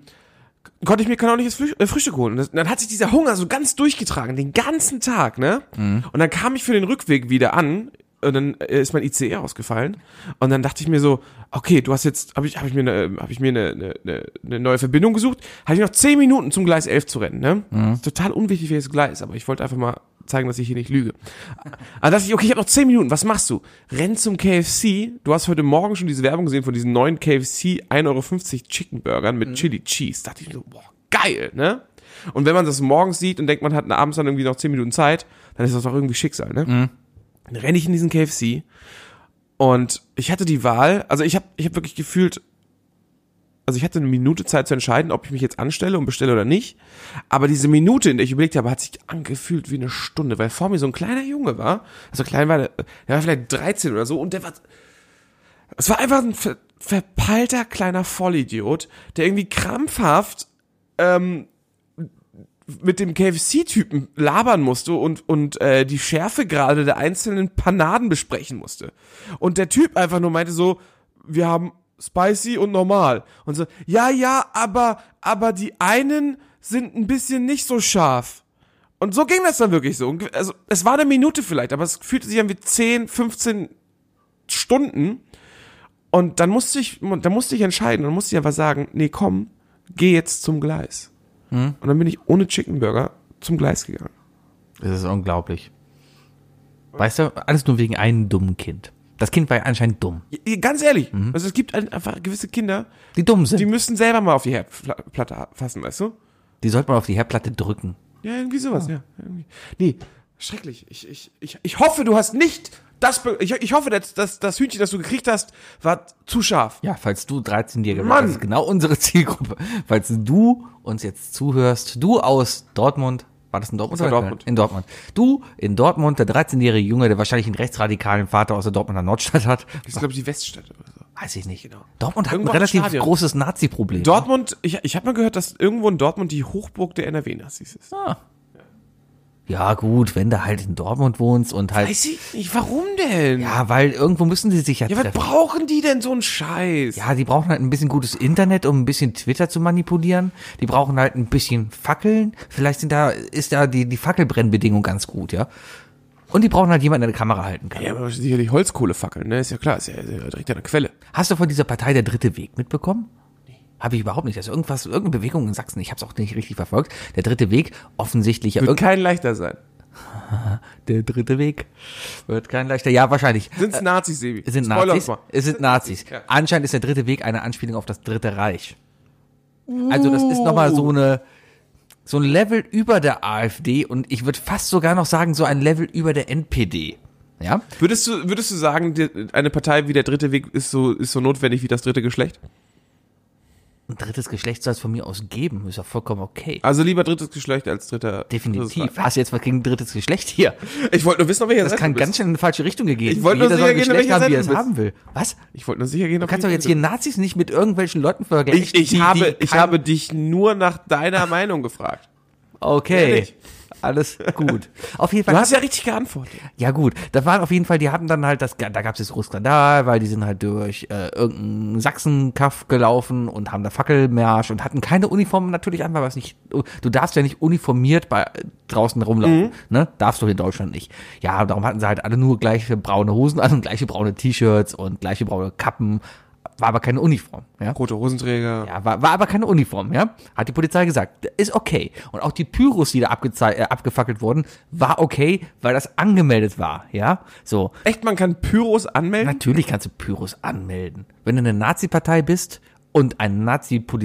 [SPEAKER 4] konnte ich mir kanonliches Früh äh, Frühstück holen. Und das, dann hat sich dieser Hunger so ganz durchgetragen, den ganzen Tag, ne? Und dann kam ich für den Rückweg wieder an und dann äh, ist mein ICE ausgefallen und dann dachte ich mir so, okay, du hast jetzt, habe ich, hab ich mir, eine, hab ich mir eine, eine- eine, eine neue Verbindung gesucht, hatte ich noch 10 Minuten zum Gleis 11 zu rennen, ne? Ist total unwichtig welches Gleis, aber ich wollte einfach mal zeigen, dass ich hier nicht lüge. Aber dachte ich, Ah, okay, ich habe noch 10 Minuten, was machst du? Renn zum KFC, du hast heute Morgen schon diese Werbung gesehen von diesen neuen KFC 1,50 Euro Chicken Burgern mit Chili Cheese. Dachte ich mir so, boah, geil, ne? Und wenn man das morgens sieht und denkt, man hat abends dann irgendwie noch 10 Minuten Zeit, dann ist das doch irgendwie Schicksal, ne? Dann renne ich in diesen KFC und ich hatte die Wahl, also ich habe ich hab wirklich gefühlt, also ich hatte eine Minute Zeit zu entscheiden, ob ich mich jetzt anstelle und bestelle oder nicht. Aber diese Minute, in der ich überlegt habe, hat sich angefühlt wie eine Stunde, weil vor mir so ein kleiner Junge war, also klein war der, der war vielleicht 13 oder so und der war es war einfach ein ver verpeilter kleiner Vollidiot, der irgendwie krampfhaft ähm, mit dem KFC-Typen labern musste und, und äh, die Schärfe gerade der einzelnen Panaden besprechen musste. Und der Typ einfach nur meinte so, wir haben spicy und normal. Und so, ja, ja, aber, aber die einen sind ein bisschen nicht so scharf. Und so ging das dann wirklich so. Und, Also, es war eine Minute vielleicht, aber es fühlte sich an wie 10, 15 Stunden. Und dann musste ich, dann musste ich entscheiden und musste ich einfach sagen, nee, komm, geh jetzt zum Gleis. Und dann bin ich ohne Chicken Burger zum Gleis gegangen.
[SPEAKER 3] Das ist unglaublich. Weißt du, alles nur wegen einem dummen Kind. Das Kind war ja anscheinend dumm.
[SPEAKER 4] Ja, ja, Ganz ehrlich, also es gibt ein- einfach gewisse Kinder,
[SPEAKER 3] Die dumm sind.
[SPEAKER 4] die
[SPEAKER 3] Die,
[SPEAKER 4] müssen selber mal auf die Herdplatte fassen, weißt du?
[SPEAKER 3] sollte man auf die Herdplatte drücken.
[SPEAKER 4] Ja, irgendwie sowas, ja. Irgendwie. Nee, schrecklich. Ich, ich, ich, ich hoffe, du hast nicht das, be- ich, ich hoffe, dass, dass das Hühnchen, das du gekriegt hast, war zu scharf.
[SPEAKER 3] Ja, falls du 13-Jährige bist,
[SPEAKER 4] Mann!
[SPEAKER 3] das ist genau unsere Zielgruppe. Falls du uns jetzt zuhörst, du aus Dortmund, war das in Dortmund?
[SPEAKER 4] war
[SPEAKER 3] oder in
[SPEAKER 4] Dortmund.
[SPEAKER 3] Köln? In Dortmund. Du in Dortmund, der 13-jährige Junge, der wahrscheinlich einen rechtsradikalen Vater aus der Dortmunder Nordstadt hat.
[SPEAKER 4] Ich glaube, die Weststadt oder so.
[SPEAKER 3] Weiß ich nicht. genau. Dortmund hat
[SPEAKER 4] Irgendwo hat ein
[SPEAKER 3] ein relativ
[SPEAKER 4] Stadion.
[SPEAKER 3] großes Nazi-Problem.
[SPEAKER 4] Dortmund, ich, ich habe mal gehört, dass irgendwo in Dortmund die Hochburg der NRW-Nazis ist.
[SPEAKER 3] Ah. Ja, gut, wenn du halt in Dortmund wohnst und halt.
[SPEAKER 4] Weiß ich nicht, warum denn?
[SPEAKER 3] Ja, weil irgendwo müssen sie sich ja,
[SPEAKER 4] Ja, was
[SPEAKER 3] treffen.
[SPEAKER 4] brauchen die denn so einen Scheiß?
[SPEAKER 3] Ja, die brauchen halt ein bisschen gutes Internet, um ein bisschen Twitter zu manipulieren. Die brauchen halt ein bisschen Fackeln. Vielleicht sind da, ist da die, die Fackelbrennbedingung ganz gut, ja. Und die brauchen halt jemanden, der eine Kamera halten kann.
[SPEAKER 4] Ja, aber sicherlich Holzkohlefackeln, ne? Ist ja klar, ist ja, ist ja direkt an der Quelle.
[SPEAKER 3] Hast du von dieser Partei der dritte Weg mitbekommen? Habe ich überhaupt nicht. Also irgendwas, irgendeine Bewegung in Sachsen. Ich habe es auch nicht richtig verfolgt. Der dritte Weg, offensichtlich ja
[SPEAKER 4] Wird
[SPEAKER 3] irgend
[SPEAKER 4] kein leichter sein.
[SPEAKER 3] der dritte Weg wird kein leichter. Ja, wahrscheinlich.
[SPEAKER 4] Sind's Nazis, Sebi?
[SPEAKER 3] Es sind
[SPEAKER 4] Spoiler uns
[SPEAKER 3] Nazis.
[SPEAKER 4] mal.
[SPEAKER 3] Es sind Nazis.
[SPEAKER 4] Ja.
[SPEAKER 3] Anscheinend ist der dritte Weg eine Anspielung auf das Dritte Reich. Also das ist nochmal
[SPEAKER 4] Uh.
[SPEAKER 3] so eine so ein Level über der AfD und ich würde fast sogar noch sagen so ein Level über der NPD. Ja,
[SPEAKER 4] Würdest du, würdest du sagen, die- eine Partei wie der dritte Weg ist so, ist so notwendig wie das dritte Geschlecht?
[SPEAKER 3] ein drittes Geschlecht soll es von mir aus geben, ist ja vollkommen okay.
[SPEAKER 4] Also lieber drittes Geschlecht als dritter.
[SPEAKER 3] Definitiv.
[SPEAKER 4] drittes-
[SPEAKER 3] Hast du jetzt was gegen ein drittes Geschlecht hier?
[SPEAKER 4] Ich wollte nur wissen, ob welcher
[SPEAKER 3] Das
[SPEAKER 4] Seite
[SPEAKER 3] kann
[SPEAKER 4] du bist.
[SPEAKER 3] ganz schön in die falsche Richtung gegeben.
[SPEAKER 4] Ich wollte nur
[SPEAKER 3] Jeder soll ein
[SPEAKER 4] sicher gehen,
[SPEAKER 3] Geschlecht
[SPEAKER 4] welcher
[SPEAKER 3] haben,
[SPEAKER 4] Seite
[SPEAKER 3] wie er es
[SPEAKER 4] du bist.
[SPEAKER 3] haben will. Was?
[SPEAKER 4] Ich wollte nur sicher gehen, ob
[SPEAKER 3] Du kannst
[SPEAKER 4] ich-
[SPEAKER 3] doch jetzt hier Nazis nicht mit irgendwelchen Leuten vergleichen.
[SPEAKER 4] Ich, ich,
[SPEAKER 3] die- die
[SPEAKER 4] habe, ich
[SPEAKER 3] kein-
[SPEAKER 4] habe dich nur nach deiner Meinung gefragt.
[SPEAKER 3] Okay.
[SPEAKER 4] Ehrlich.
[SPEAKER 3] Alles gut. Auf jeden Fall.
[SPEAKER 4] Du hast ja richtig geantwortet.
[SPEAKER 3] Ja gut, das waren auf jeden Fall, die hatten dann halt das, da gab es jetzt großen Skandal, weil die sind halt durch äh, irgendeinen Sachsenkaff gelaufen und haben da Fackelmärsch und hatten keine Uniform natürlich an, weil was nicht, oh, du darfst ja nicht uniformiert bei draußen rumlaufen, ne? Darfst du in Deutschland nicht. Ja, darum hatten sie halt alle nur gleiche braune Hosen an und gleiche braune T-Shirts und gleiche braune Kappen, war aber keine Uniform, ja?
[SPEAKER 4] Rote Hosenträger.
[SPEAKER 3] Ja, war, war aber keine Uniform, ja? Hat die Polizei gesagt. Ist okay. Und auch die Pyros, die da abgezei- äh, abgefackelt wurden, war okay, weil das angemeldet war, ja? So.
[SPEAKER 4] Echt, man kann Pyros anmelden?
[SPEAKER 3] Natürlich kannst du Pyros anmelden. Wenn du eine Nazi-Partei bist und einen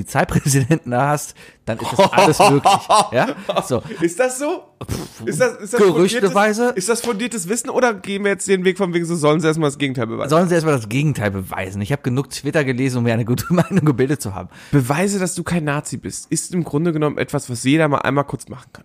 [SPEAKER 3] Nazi-Polizeipräsidenten da hast, dann ist das alles möglich, ja? So.
[SPEAKER 4] Ist das so? Ist das, ist das
[SPEAKER 3] Gerüchteweise-
[SPEAKER 4] fundiertes- Ist das fundiertes Wissen oder gehen wir jetzt den Weg vom Weg, so sollen sie erstmal das Gegenteil beweisen?
[SPEAKER 3] Sollen sie erstmal das Gegenteil beweisen. Ich habe genug Twitter gelesen, um mir eine gute Meinung gebildet zu haben.
[SPEAKER 4] Beweise, dass du kein Nazi bist, ist im Grunde genommen etwas, was jeder mal einmal kurz machen kann.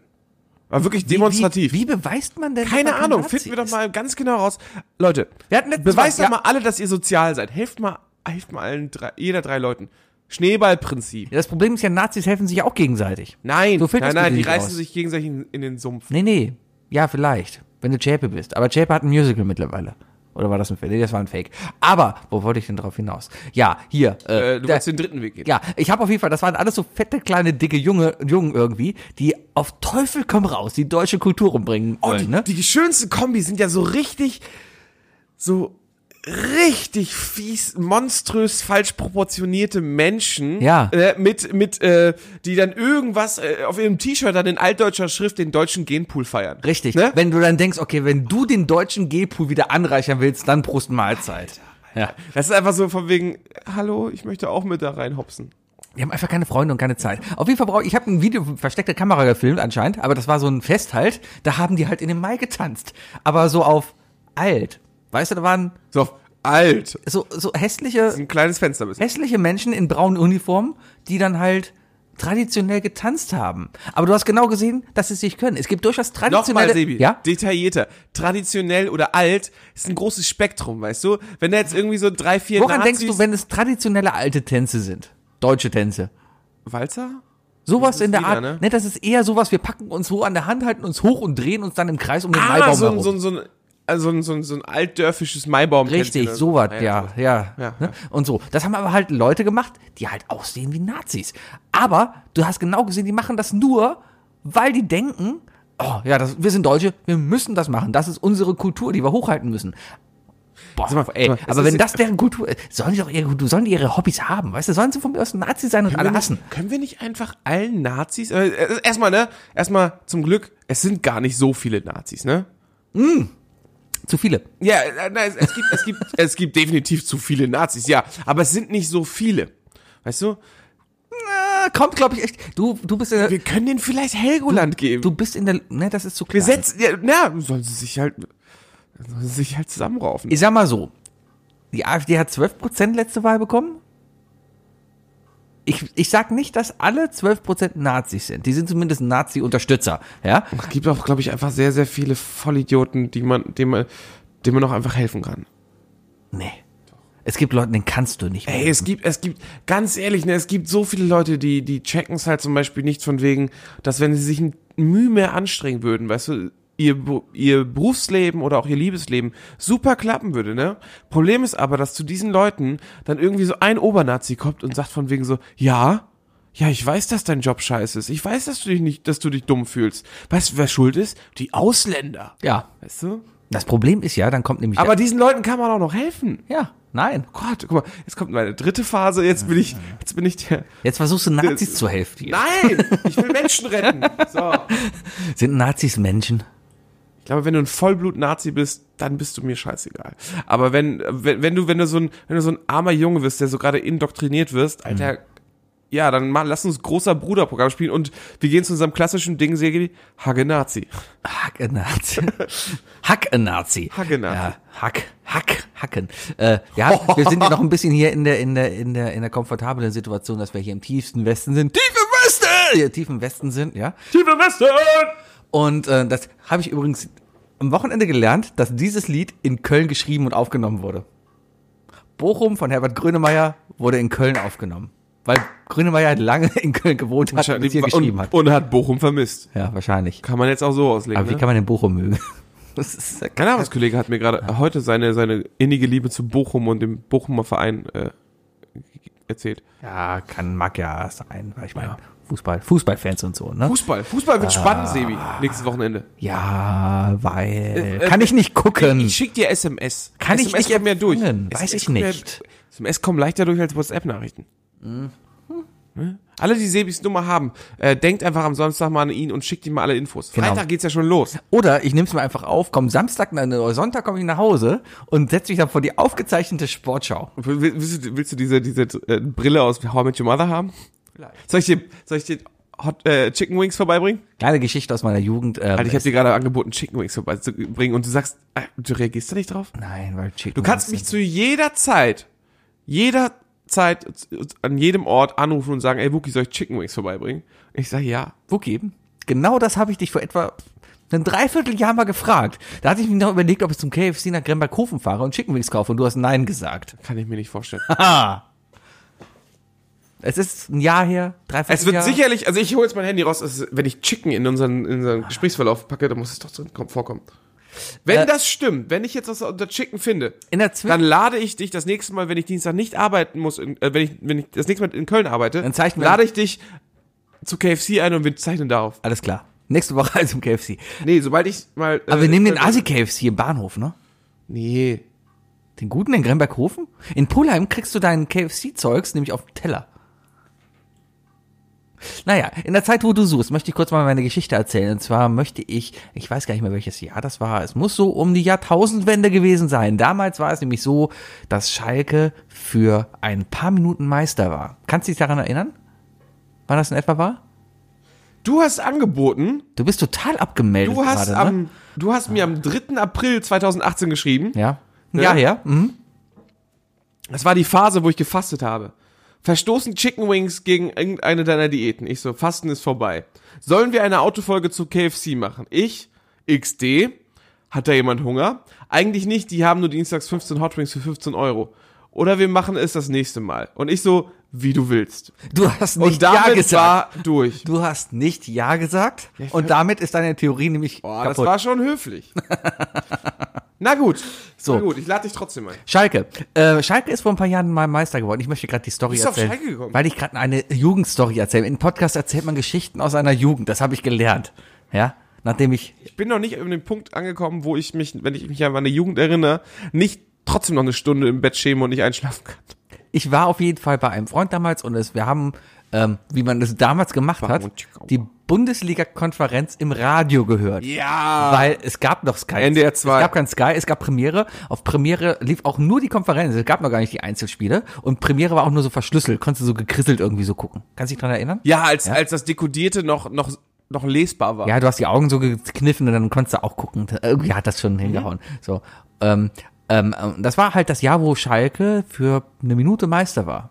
[SPEAKER 4] War wirklich
[SPEAKER 3] Wie-
[SPEAKER 4] demonstrativ.
[SPEAKER 3] Wie, wie beweist man denn?
[SPEAKER 4] Keine
[SPEAKER 3] dass man kein
[SPEAKER 4] Ahnung,
[SPEAKER 3] Nazi
[SPEAKER 4] finden wir doch
[SPEAKER 3] ist?
[SPEAKER 4] mal ganz genau raus. Leute,
[SPEAKER 3] Wir hatten letztens
[SPEAKER 4] beweist
[SPEAKER 3] was,
[SPEAKER 4] doch
[SPEAKER 3] ja.
[SPEAKER 4] mal alle, dass ihr sozial seid. Helft mal, helft mal allen drei, jeder drei Leuten. Schneeballprinzip.
[SPEAKER 3] Ja, das Problem ist ja, Nazis helfen sich ja auch gegenseitig.
[SPEAKER 4] Nein,
[SPEAKER 3] So
[SPEAKER 4] nein,
[SPEAKER 3] filterst du
[SPEAKER 4] nein,
[SPEAKER 3] die
[SPEAKER 4] die
[SPEAKER 3] nicht
[SPEAKER 4] reißen
[SPEAKER 3] raus.
[SPEAKER 4] sich gegenseitig in, in den Sumpf.
[SPEAKER 3] Nee, nee. Ja, vielleicht. Wenn du Chape bist. Aber Chape hat ein Musical mittlerweile. Oder war das ein Fake? Nee, das war ein Fake. Aber, wo wollte ich denn drauf hinaus? Ja, hier.
[SPEAKER 4] Äh, du
[SPEAKER 3] da-
[SPEAKER 4] willst den dritten Weg gehen.
[SPEAKER 3] ja, ich habe auf jeden Fall, das waren alles so fette, kleine, dicke Junge, Jungen irgendwie, die auf Teufel komm raus die deutsche Kultur umbringen
[SPEAKER 4] Oh,
[SPEAKER 3] wollen,
[SPEAKER 4] die,
[SPEAKER 3] ne?
[SPEAKER 4] die schönsten Kombis sind ja so richtig, so richtig fies, monströs falsch proportionierte Menschen.
[SPEAKER 3] Ja.
[SPEAKER 4] Äh, mit, mit, äh, die dann irgendwas äh, auf ihrem T-Shirt dann in altdeutscher Schrift den deutschen Genpool feiern.
[SPEAKER 3] Richtig.
[SPEAKER 4] Ne?
[SPEAKER 3] Wenn du dann denkst, okay, wenn du den deutschen G-Pool wieder anreichern willst, dann Prost Mahlzeit. Ja.
[SPEAKER 4] Das ist einfach so von wegen, hallo, ich möchte auch mit da reinhopsen.
[SPEAKER 3] Die haben einfach keine Freunde und keine Zeit. Auf jeden Fall brauche ich, ich habe ein Video mit versteckter Kamera gefilmt anscheinend, aber das war so ein Fest halt. Da haben die halt in den Mai getanzt, aber so auf alt. Weißt du, da waren
[SPEAKER 4] So, alt.
[SPEAKER 3] so so hässliche
[SPEAKER 4] Ein kleines Fenster müssen.
[SPEAKER 3] hässliche Menschen in braunen Uniformen, die dann halt traditionell getanzt haben. Aber du hast genau gesehen, dass sie es nicht können. Es gibt durchaus traditionelle.
[SPEAKER 4] Nochmal, Sebi,
[SPEAKER 3] Ja.
[SPEAKER 4] detaillierter. Traditionell oder alt ist ein großes Spektrum, weißt du? Wenn da jetzt irgendwie so drei, vier
[SPEAKER 3] Woran
[SPEAKER 4] Nazis...
[SPEAKER 3] denkst du, wenn es traditionelle alte Tänze sind? Deutsche Tänze.
[SPEAKER 4] Walzer?
[SPEAKER 3] Sowas in der
[SPEAKER 4] wieder,
[SPEAKER 3] Art. Ne?
[SPEAKER 4] ne?
[SPEAKER 3] das ist eher sowas, wir packen uns so an der Hand, halten uns hoch und drehen uns dann im Kreis um den Maibaum
[SPEAKER 4] Ah, so, ein-
[SPEAKER 3] herum.
[SPEAKER 4] so, ein- so, ein- also so, ein- so, ein- so ein altdörfisches Maibaum.
[SPEAKER 3] Richtig, sowas, ja, ja.
[SPEAKER 4] Ah, Ja,
[SPEAKER 3] ne? Und so. Das haben aber halt Leute gemacht, die halt aussehen wie Nazis. Aber du hast genau gesehen, die machen das nur, weil die denken, oh ja, das, wir sind Deutsche, wir müssen das machen. Das ist unsere Kultur, die wir hochhalten müssen. Boah,
[SPEAKER 4] Sag mal,
[SPEAKER 3] ey,
[SPEAKER 4] sag mal,
[SPEAKER 3] aber
[SPEAKER 4] es
[SPEAKER 3] wenn
[SPEAKER 4] ist-
[SPEAKER 3] das deren Kultur ist, sollen die doch ihre Kultur, sollen die ihre Hobbys haben, weißt du, sollen sie von mir aus Nazi sein und alle
[SPEAKER 4] Können wir,
[SPEAKER 3] hassen.
[SPEAKER 4] nicht, können wir nicht einfach allen Nazis, äh, äh, erstmal, ne, erstmal zum Glück, es sind gar nicht so viele Nazis, ne?
[SPEAKER 3] Zu viele.
[SPEAKER 4] Ja, äh, nein, es, es gibt, es gibt, es gibt definitiv zu viele Nazis, ja, aber es sind nicht so viele. Weißt du,
[SPEAKER 3] Äh, kommt, glaube ich, echt. Du, du bist in der,
[SPEAKER 4] wir können denen vielleicht Helgoland geben.
[SPEAKER 3] du bist in der, ne, das ist zu klein.
[SPEAKER 4] wir setzen, ja, na, sollen sie sich halt, sollen sie sich halt zusammenraufen.
[SPEAKER 3] Ich sag mal so, die AfD hat 12% letzte Wahl bekommen. Ich, ich sag nicht, dass alle 12% Nazis sind. Die sind zumindest Nazi-Unterstützer, ja?
[SPEAKER 4] Es gibt auch, glaube ich, einfach sehr, sehr viele Vollidioten, die man, dem man, denen man auch einfach helfen kann.
[SPEAKER 3] Nee. Es gibt Leute, den kannst du nicht.
[SPEAKER 4] Ey, es gibt, es gibt, ganz ehrlich, ne, es gibt so viele Leute, die, die checken es halt zum Beispiel nicht von wegen, dass wenn sie sich ein Mühe mehr anstrengen würden, weißt du, ihr, Bu- ihr Berufsleben oder auch ihr Liebesleben super klappen würde, ne? Problem ist aber, dass zu diesen Leuten dann irgendwie so ein Obernazi kommt und sagt von wegen so, ja, ja, ich weiß, dass dein Job scheiße ist. Ich weiß, dass du dich nicht, dass du dich dumm fühlst. Weißt du, wer schuld ist? Die Ausländer.
[SPEAKER 3] Ja.
[SPEAKER 4] Weißt du?
[SPEAKER 3] Das Problem ist ja, dann kommt nämlich.
[SPEAKER 4] Aber diesen Leuten kann man auch noch helfen.
[SPEAKER 3] der, ja, nein.
[SPEAKER 4] Gott, guck mal, jetzt kommt meine dritte Phase, jetzt bin ich, jetzt bin ich der.
[SPEAKER 3] Jetzt versuchst du Nazis zu helfen. hier.
[SPEAKER 4] Nein! Ich will Menschen retten! So.
[SPEAKER 3] Sind Nazis Menschen?
[SPEAKER 4] Ich glaube, wenn du ein Vollblut-Nazi bist, dann bist du mir scheißegal. Aber wenn, wenn, wenn du, wenn du so ein, wenn du so ein armer Junge bist, der so gerade indoktriniert wirst, Alter, ja, dann mal, lass uns großer Bruderprogramm spielen und wir gehen zu unserem klassischen Ding, Serie, Hage-Nazi.
[SPEAKER 3] Hack-a-Nazi. Hack-a-Nazi.
[SPEAKER 4] Hack-a-Nazi.
[SPEAKER 3] Ja, Hack, Hack, Hacken. Äh, ja, wir sind ja noch ein bisschen hier in der, in der, in der, in der komfortablen Situation, dass wir hier im tiefsten Westen sind. Tief im Westen! Ja, tief im Westen sind, ja.
[SPEAKER 4] Tiefe Westen!
[SPEAKER 3] Und äh, das habe ich übrigens am Wochenende gelernt, dass dieses Lied in Köln geschrieben und aufgenommen wurde. Bochum von Herbert Grönemeyer wurde in Köln aufgenommen. Weil Grönemeyer lange in Köln gewohnt hat und es hier geschrieben
[SPEAKER 4] Und,
[SPEAKER 3] hat.
[SPEAKER 4] und hat Bochum vermisst.
[SPEAKER 3] Ja, wahrscheinlich.
[SPEAKER 4] Kann man jetzt auch so auslegen.
[SPEAKER 3] Aber wie
[SPEAKER 4] ne?
[SPEAKER 3] kann man den Bochum mögen? Das ist ja
[SPEAKER 4] Mein Arbeitskollege hat mir gerade heute seine, seine innige Liebe zu Bochum und dem Bochumer Verein äh, erzählt.
[SPEAKER 3] Ja, kann, mag ja sein, weil ich meine, Fußball, Fußballfans und so, ne?
[SPEAKER 4] Fußball, Fußball wird spannend, Sebi, nächstes Wochenende.
[SPEAKER 3] ja, weil.
[SPEAKER 4] äh,
[SPEAKER 3] kann ich nicht gucken.
[SPEAKER 4] Ich schick dir SMS.
[SPEAKER 3] Ähm, Kann ich
[SPEAKER 4] SMS
[SPEAKER 3] nicht
[SPEAKER 4] kommt mehr durch.
[SPEAKER 3] empfangen, weiß ich
[SPEAKER 4] kommt mehr-
[SPEAKER 3] nicht. Mhm.
[SPEAKER 4] SMS kommen leichter durch als WhatsApp-Nachrichten. Ne? Alle, die Sebis Nummer haben, äh, denkt einfach am Samstag mal an ihn und schickt ihm mal alle Infos.
[SPEAKER 3] Genau.
[SPEAKER 4] Freitag geht's ja schon los.
[SPEAKER 3] Oder ich nehme es mir einfach auf, komm Samstag, nein, oder Sonntag komme ich nach Hause und setze mich dann vor die aufgezeichnete Sportschau.
[SPEAKER 4] Will- Willst du, willst du diese, diese äh, Brille aus How I Met Your Mother haben?
[SPEAKER 3] Vielleicht.
[SPEAKER 4] Soll ich dir, soll ich dir Hot, äh, Chicken Wings vorbeibringen?
[SPEAKER 3] Kleine Geschichte aus meiner Jugend. Ähm,
[SPEAKER 4] Alter, ich habe
[SPEAKER 3] ist,
[SPEAKER 4] dir gerade angeboten, Chicken Wings vorbeizubringen und du sagst, äh, du reagierst da nicht drauf?
[SPEAKER 3] nein, weil Chicken
[SPEAKER 4] Du kannst mich zu jeder Zeit, jeder Zeit, an jedem Ort anrufen und sagen, ey Wookie, soll ich Chicken Wings vorbeibringen? Ich sage ja.
[SPEAKER 3] Wookie. genau das habe ich dich vor etwa einem Dreivierteljahr mal gefragt. Da hatte ich mir noch überlegt, ob ich zum KFC nach Gremberghofen fahre und Chicken Wings kaufe und du hast Nein gesagt.
[SPEAKER 4] Kann ich mir nicht vorstellen.
[SPEAKER 3] Ah. Es ist ein Jahr her,
[SPEAKER 4] Es wird
[SPEAKER 3] Dreivierteljahr.
[SPEAKER 4] sicherlich, also ich hole jetzt mein Handy raus, es, ist- wenn ich Chicken in unseren, in unseren Gesprächsverlauf packe, dann muss es doch drin kommen- vorkommen. Wenn
[SPEAKER 3] Ah. Äh,
[SPEAKER 4] das stimmt, wenn ich jetzt was unter Chicken finde,
[SPEAKER 3] in der Zwischenzeit.
[SPEAKER 4] dann lade ich dich das nächste Mal, wenn ich Dienstag nicht arbeiten muss, in, äh, wenn, ich, wenn ich das nächste Mal in Köln arbeite,
[SPEAKER 3] Dann zeichnen wir-
[SPEAKER 4] lade ich dich zu KFC ein und wir zeichnen darauf.
[SPEAKER 3] Alles klar. Nächste Woche also im KFC.
[SPEAKER 4] Nee, sobald ich mal.
[SPEAKER 3] Aber wir
[SPEAKER 4] äh,
[SPEAKER 3] nehmen den
[SPEAKER 4] äh,
[SPEAKER 3] Asi-KFC im Bahnhof, ne?
[SPEAKER 4] Nee.
[SPEAKER 3] Den guten in Gremberghofen? In Polheim kriegst du dein KFC-Zeugs nämlich auf dem Teller. Naja, in der Zeit, wo du suchst, möchte ich kurz mal meine Geschichte erzählen. Und zwar möchte ich, ich weiß gar nicht mehr, welches Jahr das war. Es muss so um die Jahrtausendwende gewesen sein. Damals war es nämlich so, dass Schalke für ein paar Minuten Meister war. Kannst du dich daran erinnern? Wann das in etwa war?
[SPEAKER 4] Du hast angeboten,
[SPEAKER 3] Du bist total abgemeldet
[SPEAKER 4] du hast,
[SPEAKER 3] gerade, ne?
[SPEAKER 4] am, du hast mir am 3. April 2018 geschrieben.
[SPEAKER 3] Ja. Ein
[SPEAKER 4] Ne? Ja.
[SPEAKER 3] Jahr her. Mhm.
[SPEAKER 4] Das war die Phase, wo ich gefastet habe. Verstoßen Chicken Wings gegen irgendeine deiner Diäten. Ich so, Fasten ist vorbei. Sollen wir eine Autofolge zu KFC machen? Ich, XD, hat da jemand Hunger? Eigentlich nicht, die haben nur dienstags 15 Hot Wings für 15 Euro. Oder wir machen es das nächste Mal. Und ich so, wie du willst.
[SPEAKER 3] Du hast
[SPEAKER 4] Und
[SPEAKER 3] nicht Ja
[SPEAKER 4] damit
[SPEAKER 3] gesagt.
[SPEAKER 4] war durch.
[SPEAKER 3] Du hast nicht Ja gesagt und
[SPEAKER 4] ich-
[SPEAKER 3] damit ist deine Theorie nämlich
[SPEAKER 4] Boah, das
[SPEAKER 3] kaputt.
[SPEAKER 4] war schon höflich. Na gut.
[SPEAKER 3] So.
[SPEAKER 4] Na gut, ich lade dich trotzdem ein.
[SPEAKER 3] Schalke. Äh, Schalke ist vor ein paar Jahren mal Meister geworden. Ich möchte gerade die Story
[SPEAKER 4] Bist du auf
[SPEAKER 3] erzählen.
[SPEAKER 4] Schalke gekommen?
[SPEAKER 3] Weil ich gerade eine Jugendstory erzähle. In Podcast erzählt man Geschichten aus einer Jugend. Das habe ich gelernt. Ja? Nachdem ich.
[SPEAKER 4] Ich bin noch nicht an dem Punkt angekommen, wo ich mich, wenn ich mich an meine Jugend erinnere, nicht trotzdem noch eine Stunde im Bett schäme und nicht einschlafen kann.
[SPEAKER 3] Ich war auf jeden Fall bei einem Freund damals und es, wir haben, ähm, wie man das damals gemacht hat, die Bundesliga-Konferenz im Radio gehört.
[SPEAKER 4] Ja.
[SPEAKER 3] Weil es gab noch Sky.
[SPEAKER 4] NDR 2.
[SPEAKER 3] Es gab kein Sky, es gab Premiere. Auf Premiere lief auch nur die Konferenz. Es gab noch gar nicht die Einzelspiele. Und Premiere war auch nur so verschlüsselt. Konntest du so gekrisselt irgendwie so gucken. Kannst du dich dran erinnern?
[SPEAKER 4] Ja, als, als das Dekodierte noch, noch, noch lesbar war.
[SPEAKER 3] Ja, du hast die Augen so gekniffen und dann konntest du auch gucken. Irgendwie hat das
[SPEAKER 4] Mhm.
[SPEAKER 3] schon hingehauen. So, ähm, ähm, ähm, das war halt das Jahr, wo Schalke für eine Minute Meister war.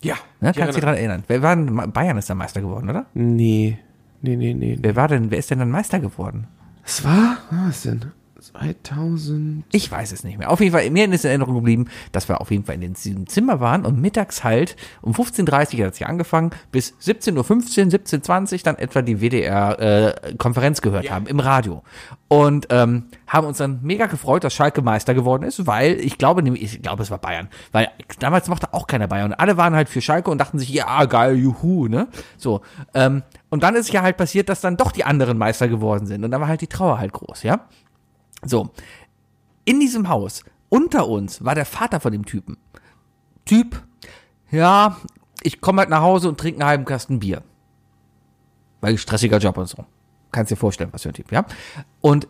[SPEAKER 4] ja. Mhm.
[SPEAKER 3] Ne?
[SPEAKER 4] ich
[SPEAKER 3] Kannst du
[SPEAKER 4] erinnere.
[SPEAKER 3] dich dran erinnern? Wer war denn, Bayern ist dann Meister geworden, oder?
[SPEAKER 4] Nee. Nee, nee, nee. nee.
[SPEAKER 3] Wer war denn, wer ist denn dann Meister geworden?
[SPEAKER 4] Es war, was denn? 2000.
[SPEAKER 3] Ich weiß es nicht mehr. Auf jeden Fall, mir ist in Erinnerung geblieben, dass wir auf jeden Fall in diesem Zimmer waren und mittags halt um 15.30 Uhr hat es ja angefangen, bis 17.15 Uhr, 17.20 Uhr dann etwa die WDR-Konferenz äh, gehört haben im Radio. Und ähm, haben uns dann mega gefreut, dass Schalke Meister geworden ist, weil ich glaube, nämlich- ich glaube, es war Bayern, weil damals mochte auch keiner Bayern. Und alle waren halt für Schalke und dachten sich, ja, geil, juhu, ne? So. Ähm, und dann ist ja halt passiert, dass dann doch die anderen Meister geworden sind. Und dann war halt die Trauer halt groß, ja? So, in diesem Haus, unter uns, war der Vater von dem Typen. Typ, ja, ich komme halt nach Hause und trinke einen halben Kasten Bier. Weil stressiger Job und so. Kannst dir vorstellen, was für ein Typ, ja? Und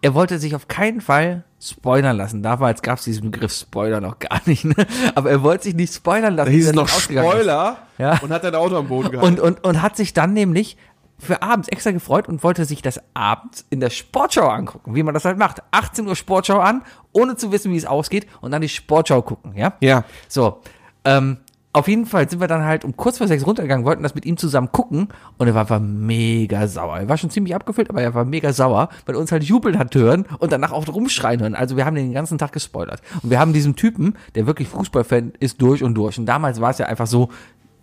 [SPEAKER 3] er wollte sich auf keinen Fall spoilern lassen. Damals gab es diesen Begriff Spoiler noch gar nicht, ne? Aber er wollte sich nicht spoilern lassen.
[SPEAKER 4] Da hieß
[SPEAKER 3] wie
[SPEAKER 4] es
[SPEAKER 3] er
[SPEAKER 4] noch
[SPEAKER 3] ausgegangen ist.
[SPEAKER 4] Spoiler
[SPEAKER 3] Ja.
[SPEAKER 4] und hat dein Auto am Boden gehabt.
[SPEAKER 3] Und, und, und hat sich dann nämlich für abends extra gefreut und wollte sich das abends in der Sportschau angucken, wie man das halt macht. 18 Uhr Sportschau an, ohne zu wissen, wie es ausgeht, und dann die Sportschau gucken, ja?
[SPEAKER 4] ja.
[SPEAKER 3] So, ähm, auf jeden Fall sind wir dann halt um kurz vor sechs runtergegangen, wollten das mit ihm zusammen gucken und er war, war mega sauer. Er war schon ziemlich abgefüllt, aber er war mega sauer, weil er uns halt jubeln hat hören und danach auch rumschreien hören. Also wir haben den ganzen Tag gespoilert. Und wir haben diesen Typen, der wirklich Fußballfan ist, durch und durch. Und damals war es ja einfach so,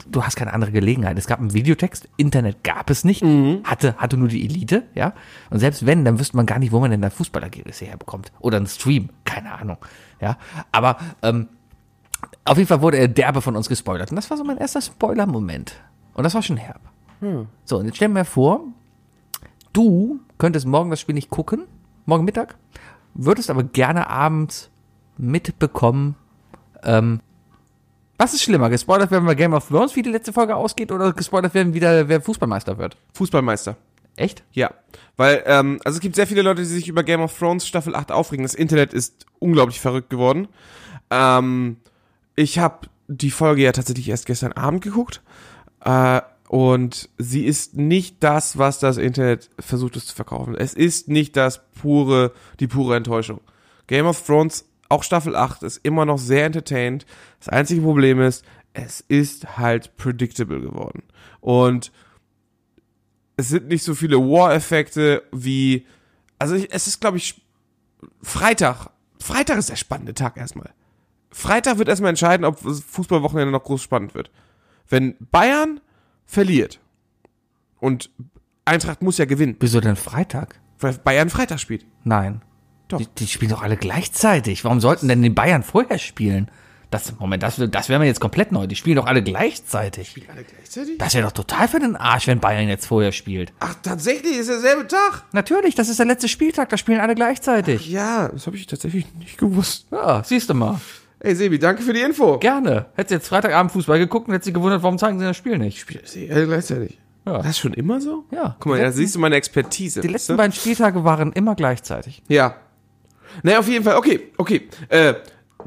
[SPEAKER 3] du hast keine andere Gelegenheit. Es gab einen Videotext, Internet gab es nicht, hatte, hatte nur die Elite, ja. Und selbst wenn, dann wüsste man gar nicht, wo man denn da Fußballergebnisse herbekommt. Oder einen Stream, keine Ahnung, ja. Aber, ähm, auf jeden Fall wurde er derbe von uns gespoilert. Und das war so mein erster Spoiler-Moment. Und das war schon herb. So, und jetzt stell mir vor, du könntest morgen das Spiel nicht gucken, morgen Mittag, würdest aber gerne abends mitbekommen, ähm, was ist schlimmer, gespoilert werden, weil Game of Thrones wie die letzte Folge ausgeht oder gespoilert werden, wie der, wer Fußballmeister wird?
[SPEAKER 4] Fußballmeister.
[SPEAKER 3] Echt?
[SPEAKER 4] Ja, weil, ähm, also es gibt sehr viele Leute, die sich über Game of Thrones Staffel 8 aufregen. Das Internet ist unglaublich verrückt geworden. Ähm, ich habe die Folge ja tatsächlich erst gestern Abend geguckt. Äh, und sie ist nicht das, was das Internet versucht es zu verkaufen. Es ist nicht das pure, die pure Enttäuschung. Game of Thrones, auch Staffel 8, ist immer noch sehr entertained. Das einzige Problem ist, es ist halt predictable geworden. Und Es sind nicht so viele War-Effekte wie. Also ich, es ist, glaube ich, Freitag. Freitag ist der spannende Tag erstmal. Freitag wird erstmal entscheiden, ob das Fußballwochenende noch groß spannend wird. Wenn Bayern verliert und Eintracht muss ja gewinnen,
[SPEAKER 3] Wieso denn Freitag?
[SPEAKER 4] weil Bayern Freitag spielt.
[SPEAKER 3] Nein.
[SPEAKER 4] Doch.
[SPEAKER 3] Die, die spielen doch alle gleichzeitig. Warum sollten denn die Bayern vorher spielen? Das, Moment, das, das wäre mir jetzt komplett neu. Die spielen doch alle gleichzeitig.
[SPEAKER 4] Alle gleichzeitig?
[SPEAKER 3] Das wäre doch total für den Arsch, wenn Bayern jetzt vorher spielt.
[SPEAKER 4] Ach, tatsächlich ist derselbe Tag.
[SPEAKER 3] Natürlich, das ist der letzte Spieltag, da spielen alle gleichzeitig.
[SPEAKER 4] Ja, das habe ich tatsächlich nicht gewusst.
[SPEAKER 3] Ja, siehst du mal.
[SPEAKER 4] Ey, Sebi, danke für die Info.
[SPEAKER 3] Gerne. Hättest jetzt Freitagabend Fußball geguckt und hättest dich gewundert, warum zeigen sie das Spiel nicht.
[SPEAKER 4] Sie alle gleichzeitig.
[SPEAKER 3] Ja.
[SPEAKER 4] War das schon immer so?
[SPEAKER 3] Ja.
[SPEAKER 4] Guck mal,
[SPEAKER 3] Die
[SPEAKER 4] da
[SPEAKER 3] letzten-
[SPEAKER 4] siehst du meine Expertise.
[SPEAKER 3] Die
[SPEAKER 4] weißt
[SPEAKER 3] letzten
[SPEAKER 4] du?
[SPEAKER 3] beiden Spieltage waren immer gleichzeitig.
[SPEAKER 4] Ja. Naja, auf jeden Fall. Okay, okay. Äh,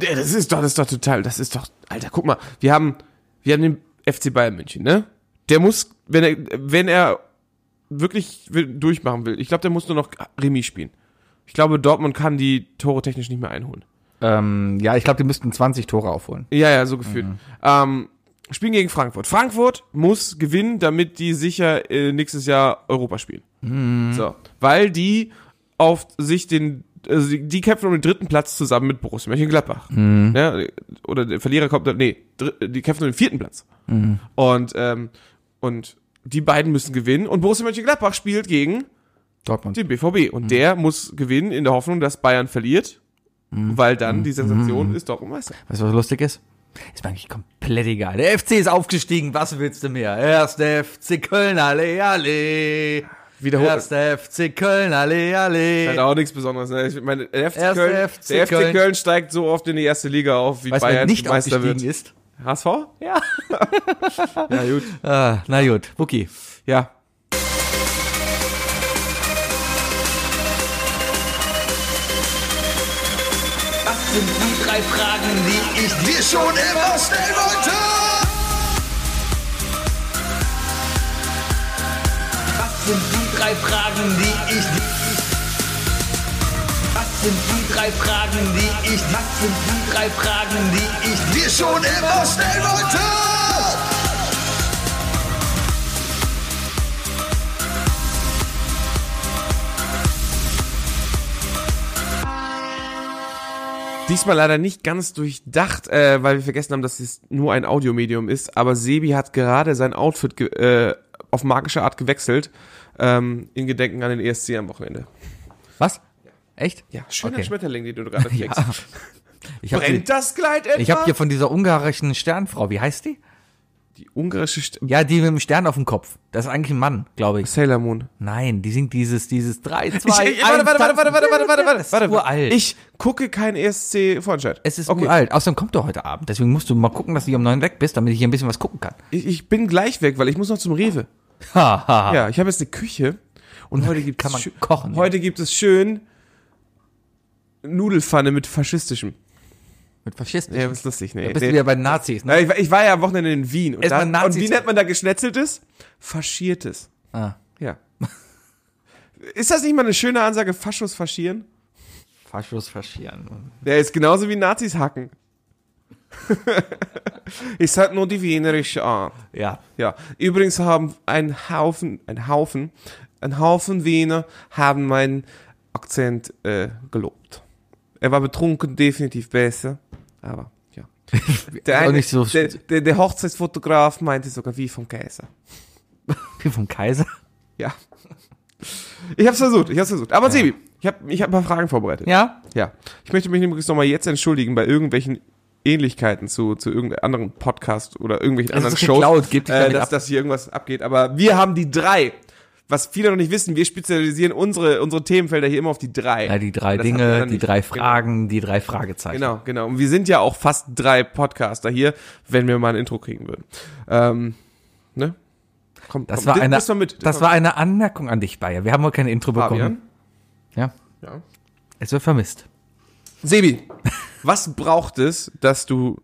[SPEAKER 4] ja, das ist doch, das ist doch total, das ist doch, Alter, guck mal, wir haben, wir haben den FC Bayern München, ne? Der muss, wenn er, wenn er wirklich will- durchmachen will, ich glaube, der muss nur noch Remi spielen. Ich glaube, Dortmund kann die Tore technisch nicht mehr einholen.
[SPEAKER 3] Ähm, ja, ich glaube, die müssten 20 Tore aufholen.
[SPEAKER 4] Ja, ja, so gefühlt. Ähm, spielen gegen Frankfurt. Frankfurt muss gewinnen, damit die sicher äh, nächstes Jahr Europa spielen. So, weil die auf sich den also die, die kämpfen um den dritten Platz zusammen mit Borussia Mönchengladbach. Ja, oder der Verlierer kommt dann, nee, dr- die kämpfen um den vierten Platz. Und ähm, und die beiden müssen gewinnen und Borussia Mönchengladbach spielt gegen
[SPEAKER 3] Dortmund.
[SPEAKER 4] den BVB und der muss gewinnen in der Hoffnung, dass Bayern verliert, weil dann die Sensation ist Dortmund Meister.
[SPEAKER 3] Weißt du, was lustig ist? Ist mir eigentlich komplett egal. Der FC ist aufgestiegen, was willst du mehr? Erster FC Köln, alle, alle.
[SPEAKER 4] Wiederholt.
[SPEAKER 3] Erster FC Köln, alle,
[SPEAKER 4] Halt
[SPEAKER 3] alle.
[SPEAKER 4] auch nichts Besonderes. Ne? Ich meine, der FC,
[SPEAKER 3] Erste
[SPEAKER 4] Köln,
[SPEAKER 3] FC
[SPEAKER 4] der FC
[SPEAKER 3] Köln.
[SPEAKER 4] Köln. steigt so oft in die erste Liga auf, wie
[SPEAKER 3] Weißt du, wer
[SPEAKER 4] Bayern
[SPEAKER 3] nicht
[SPEAKER 4] Meister
[SPEAKER 3] aufgestiegen
[SPEAKER 4] wird.
[SPEAKER 3] ist?
[SPEAKER 4] HSV?
[SPEAKER 3] Ja.
[SPEAKER 4] Ja, gut.
[SPEAKER 3] Ah, na gut, Buki.
[SPEAKER 4] Ja.
[SPEAKER 1] Das sind die drei Fragen, die ich dir schon immer stellen wollte. Was sind die drei Fragen, die ich Was sind die drei Fragen, die ich Was sind die drei Fragen, die ich dir schon immer stellen wollte?
[SPEAKER 4] Diesmal leider nicht ganz durchdacht, äh, weil wir vergessen haben, dass es nur ein Audiomedium ist. Aber Sebi hat gerade sein Outfit ge äh, auf magische Art gewechselt, ähm, in Gedenken an den ESC am Wochenende.
[SPEAKER 3] Was? Echt?
[SPEAKER 4] Ja, schöner
[SPEAKER 3] Okay.
[SPEAKER 4] Schmetterling, den du gerade trägst.
[SPEAKER 3] Ich habe
[SPEAKER 4] Brennt das Kleid etwa?
[SPEAKER 3] ich hab hier von dieser ungarischen Sternfrau, wie heißt die?
[SPEAKER 4] die ungarische St
[SPEAKER 3] Ja, die mit dem Stern auf dem Kopf. Das ist eigentlich ein Mann, glaube ich.
[SPEAKER 4] Sailor Moon.
[SPEAKER 3] Nein, die singt dieses, dieses 3, 2,
[SPEAKER 4] Ich, ich, warte, warte, warte, warte, warte, warte, warte,
[SPEAKER 3] Das
[SPEAKER 4] warte, warte.
[SPEAKER 3] ist uralt.
[SPEAKER 4] Ich gucke kein E ESC-Vorentscheid.
[SPEAKER 3] Es ist uralt. Außerdem kommt er heute Abend. Deswegen musst du mal gucken, dass du hier um neun weg bist, damit ich hier ein bisschen was gucken kann.
[SPEAKER 4] Ich, ich bin gleich weg, weil ich muss noch zum Rewe.
[SPEAKER 3] Ha, ha.
[SPEAKER 4] Ja, ich habe jetzt eine Küche und heute gibt
[SPEAKER 3] Kann man
[SPEAKER 4] es schö-
[SPEAKER 3] kochen, ja.
[SPEAKER 4] Heute gibt es schön Nudelfanne mit faschistischem.
[SPEAKER 3] Mit Faschisten.
[SPEAKER 4] Ja, das ist lustig, ne?
[SPEAKER 3] da bist du
[SPEAKER 4] nee.
[SPEAKER 3] wieder bei den Nazis, ne?
[SPEAKER 4] Na, ich, war- ich war ja am Wochenende in Wien und, da,
[SPEAKER 3] Erstmal
[SPEAKER 4] und
[SPEAKER 3] Nazis-
[SPEAKER 4] wie nennt man da geschnetzeltes? Faschiertes.
[SPEAKER 3] Ah.
[SPEAKER 4] Ja. ist das nicht mal eine schöne Ansage, Faschos faschieren?
[SPEAKER 3] Faschus faschieren.
[SPEAKER 4] Der ist genauso wie Nazis hacken. ist halt nur die wienerische Art.
[SPEAKER 3] Ja.
[SPEAKER 4] Ja, übrigens haben ein Haufen, ein Haufen, ein Haufen Wiener haben meinen Akzent äh, gelobt. Er war betrunken, definitiv besser, aber ja. Der,
[SPEAKER 3] Ist auch
[SPEAKER 4] eine,
[SPEAKER 3] nicht so
[SPEAKER 4] der, der, der Hochzeitsfotograf meinte sogar wie vom Kaiser.
[SPEAKER 3] Wie vom Kaiser.
[SPEAKER 4] Ja. Ich hab's versucht, ich hab's versucht. Aber Sebi, ich hab, ich hab ein paar Fragen vorbereitet.
[SPEAKER 3] Ja.
[SPEAKER 4] Ja. Ich möchte mich übrigens nochmal jetzt entschuldigen bei irgendwelchen Ähnlichkeiten zu, zu irgendeinem anderen Podcast oder irgendwelchen
[SPEAKER 3] Das ist
[SPEAKER 4] anderen
[SPEAKER 3] okay,
[SPEAKER 4] Shows,
[SPEAKER 3] Cloud, gebt dich
[SPEAKER 4] äh,
[SPEAKER 3] damit
[SPEAKER 4] dass,
[SPEAKER 3] ab.
[SPEAKER 4] dass hier irgendwas abgeht. Aber wir haben die drei. Was viele noch nicht wissen, wir spezialisieren unsere, unsere Themenfelder hier immer auf die drei.
[SPEAKER 3] ja die drei
[SPEAKER 4] Das hatten wir
[SPEAKER 3] Dinge,
[SPEAKER 4] dann
[SPEAKER 3] die
[SPEAKER 4] nicht.
[SPEAKER 3] drei Fragen, die drei Fragezeichen.
[SPEAKER 4] Genau, genau. Und wir sind ja auch fast drei Podcaster hier, wenn wir mal ein Intro kriegen würden. Ähm, ne? Komm,
[SPEAKER 3] Das
[SPEAKER 4] komm,
[SPEAKER 3] war eine,
[SPEAKER 4] nimm's mal mit.
[SPEAKER 3] das war eine Anmerkung an dich, Bayer. Wir haben heute kein Intro
[SPEAKER 4] Fabian.
[SPEAKER 3] bekommen. Ja.
[SPEAKER 4] Ja.
[SPEAKER 3] Es wird vermisst.
[SPEAKER 4] Sebi, was braucht es, dass du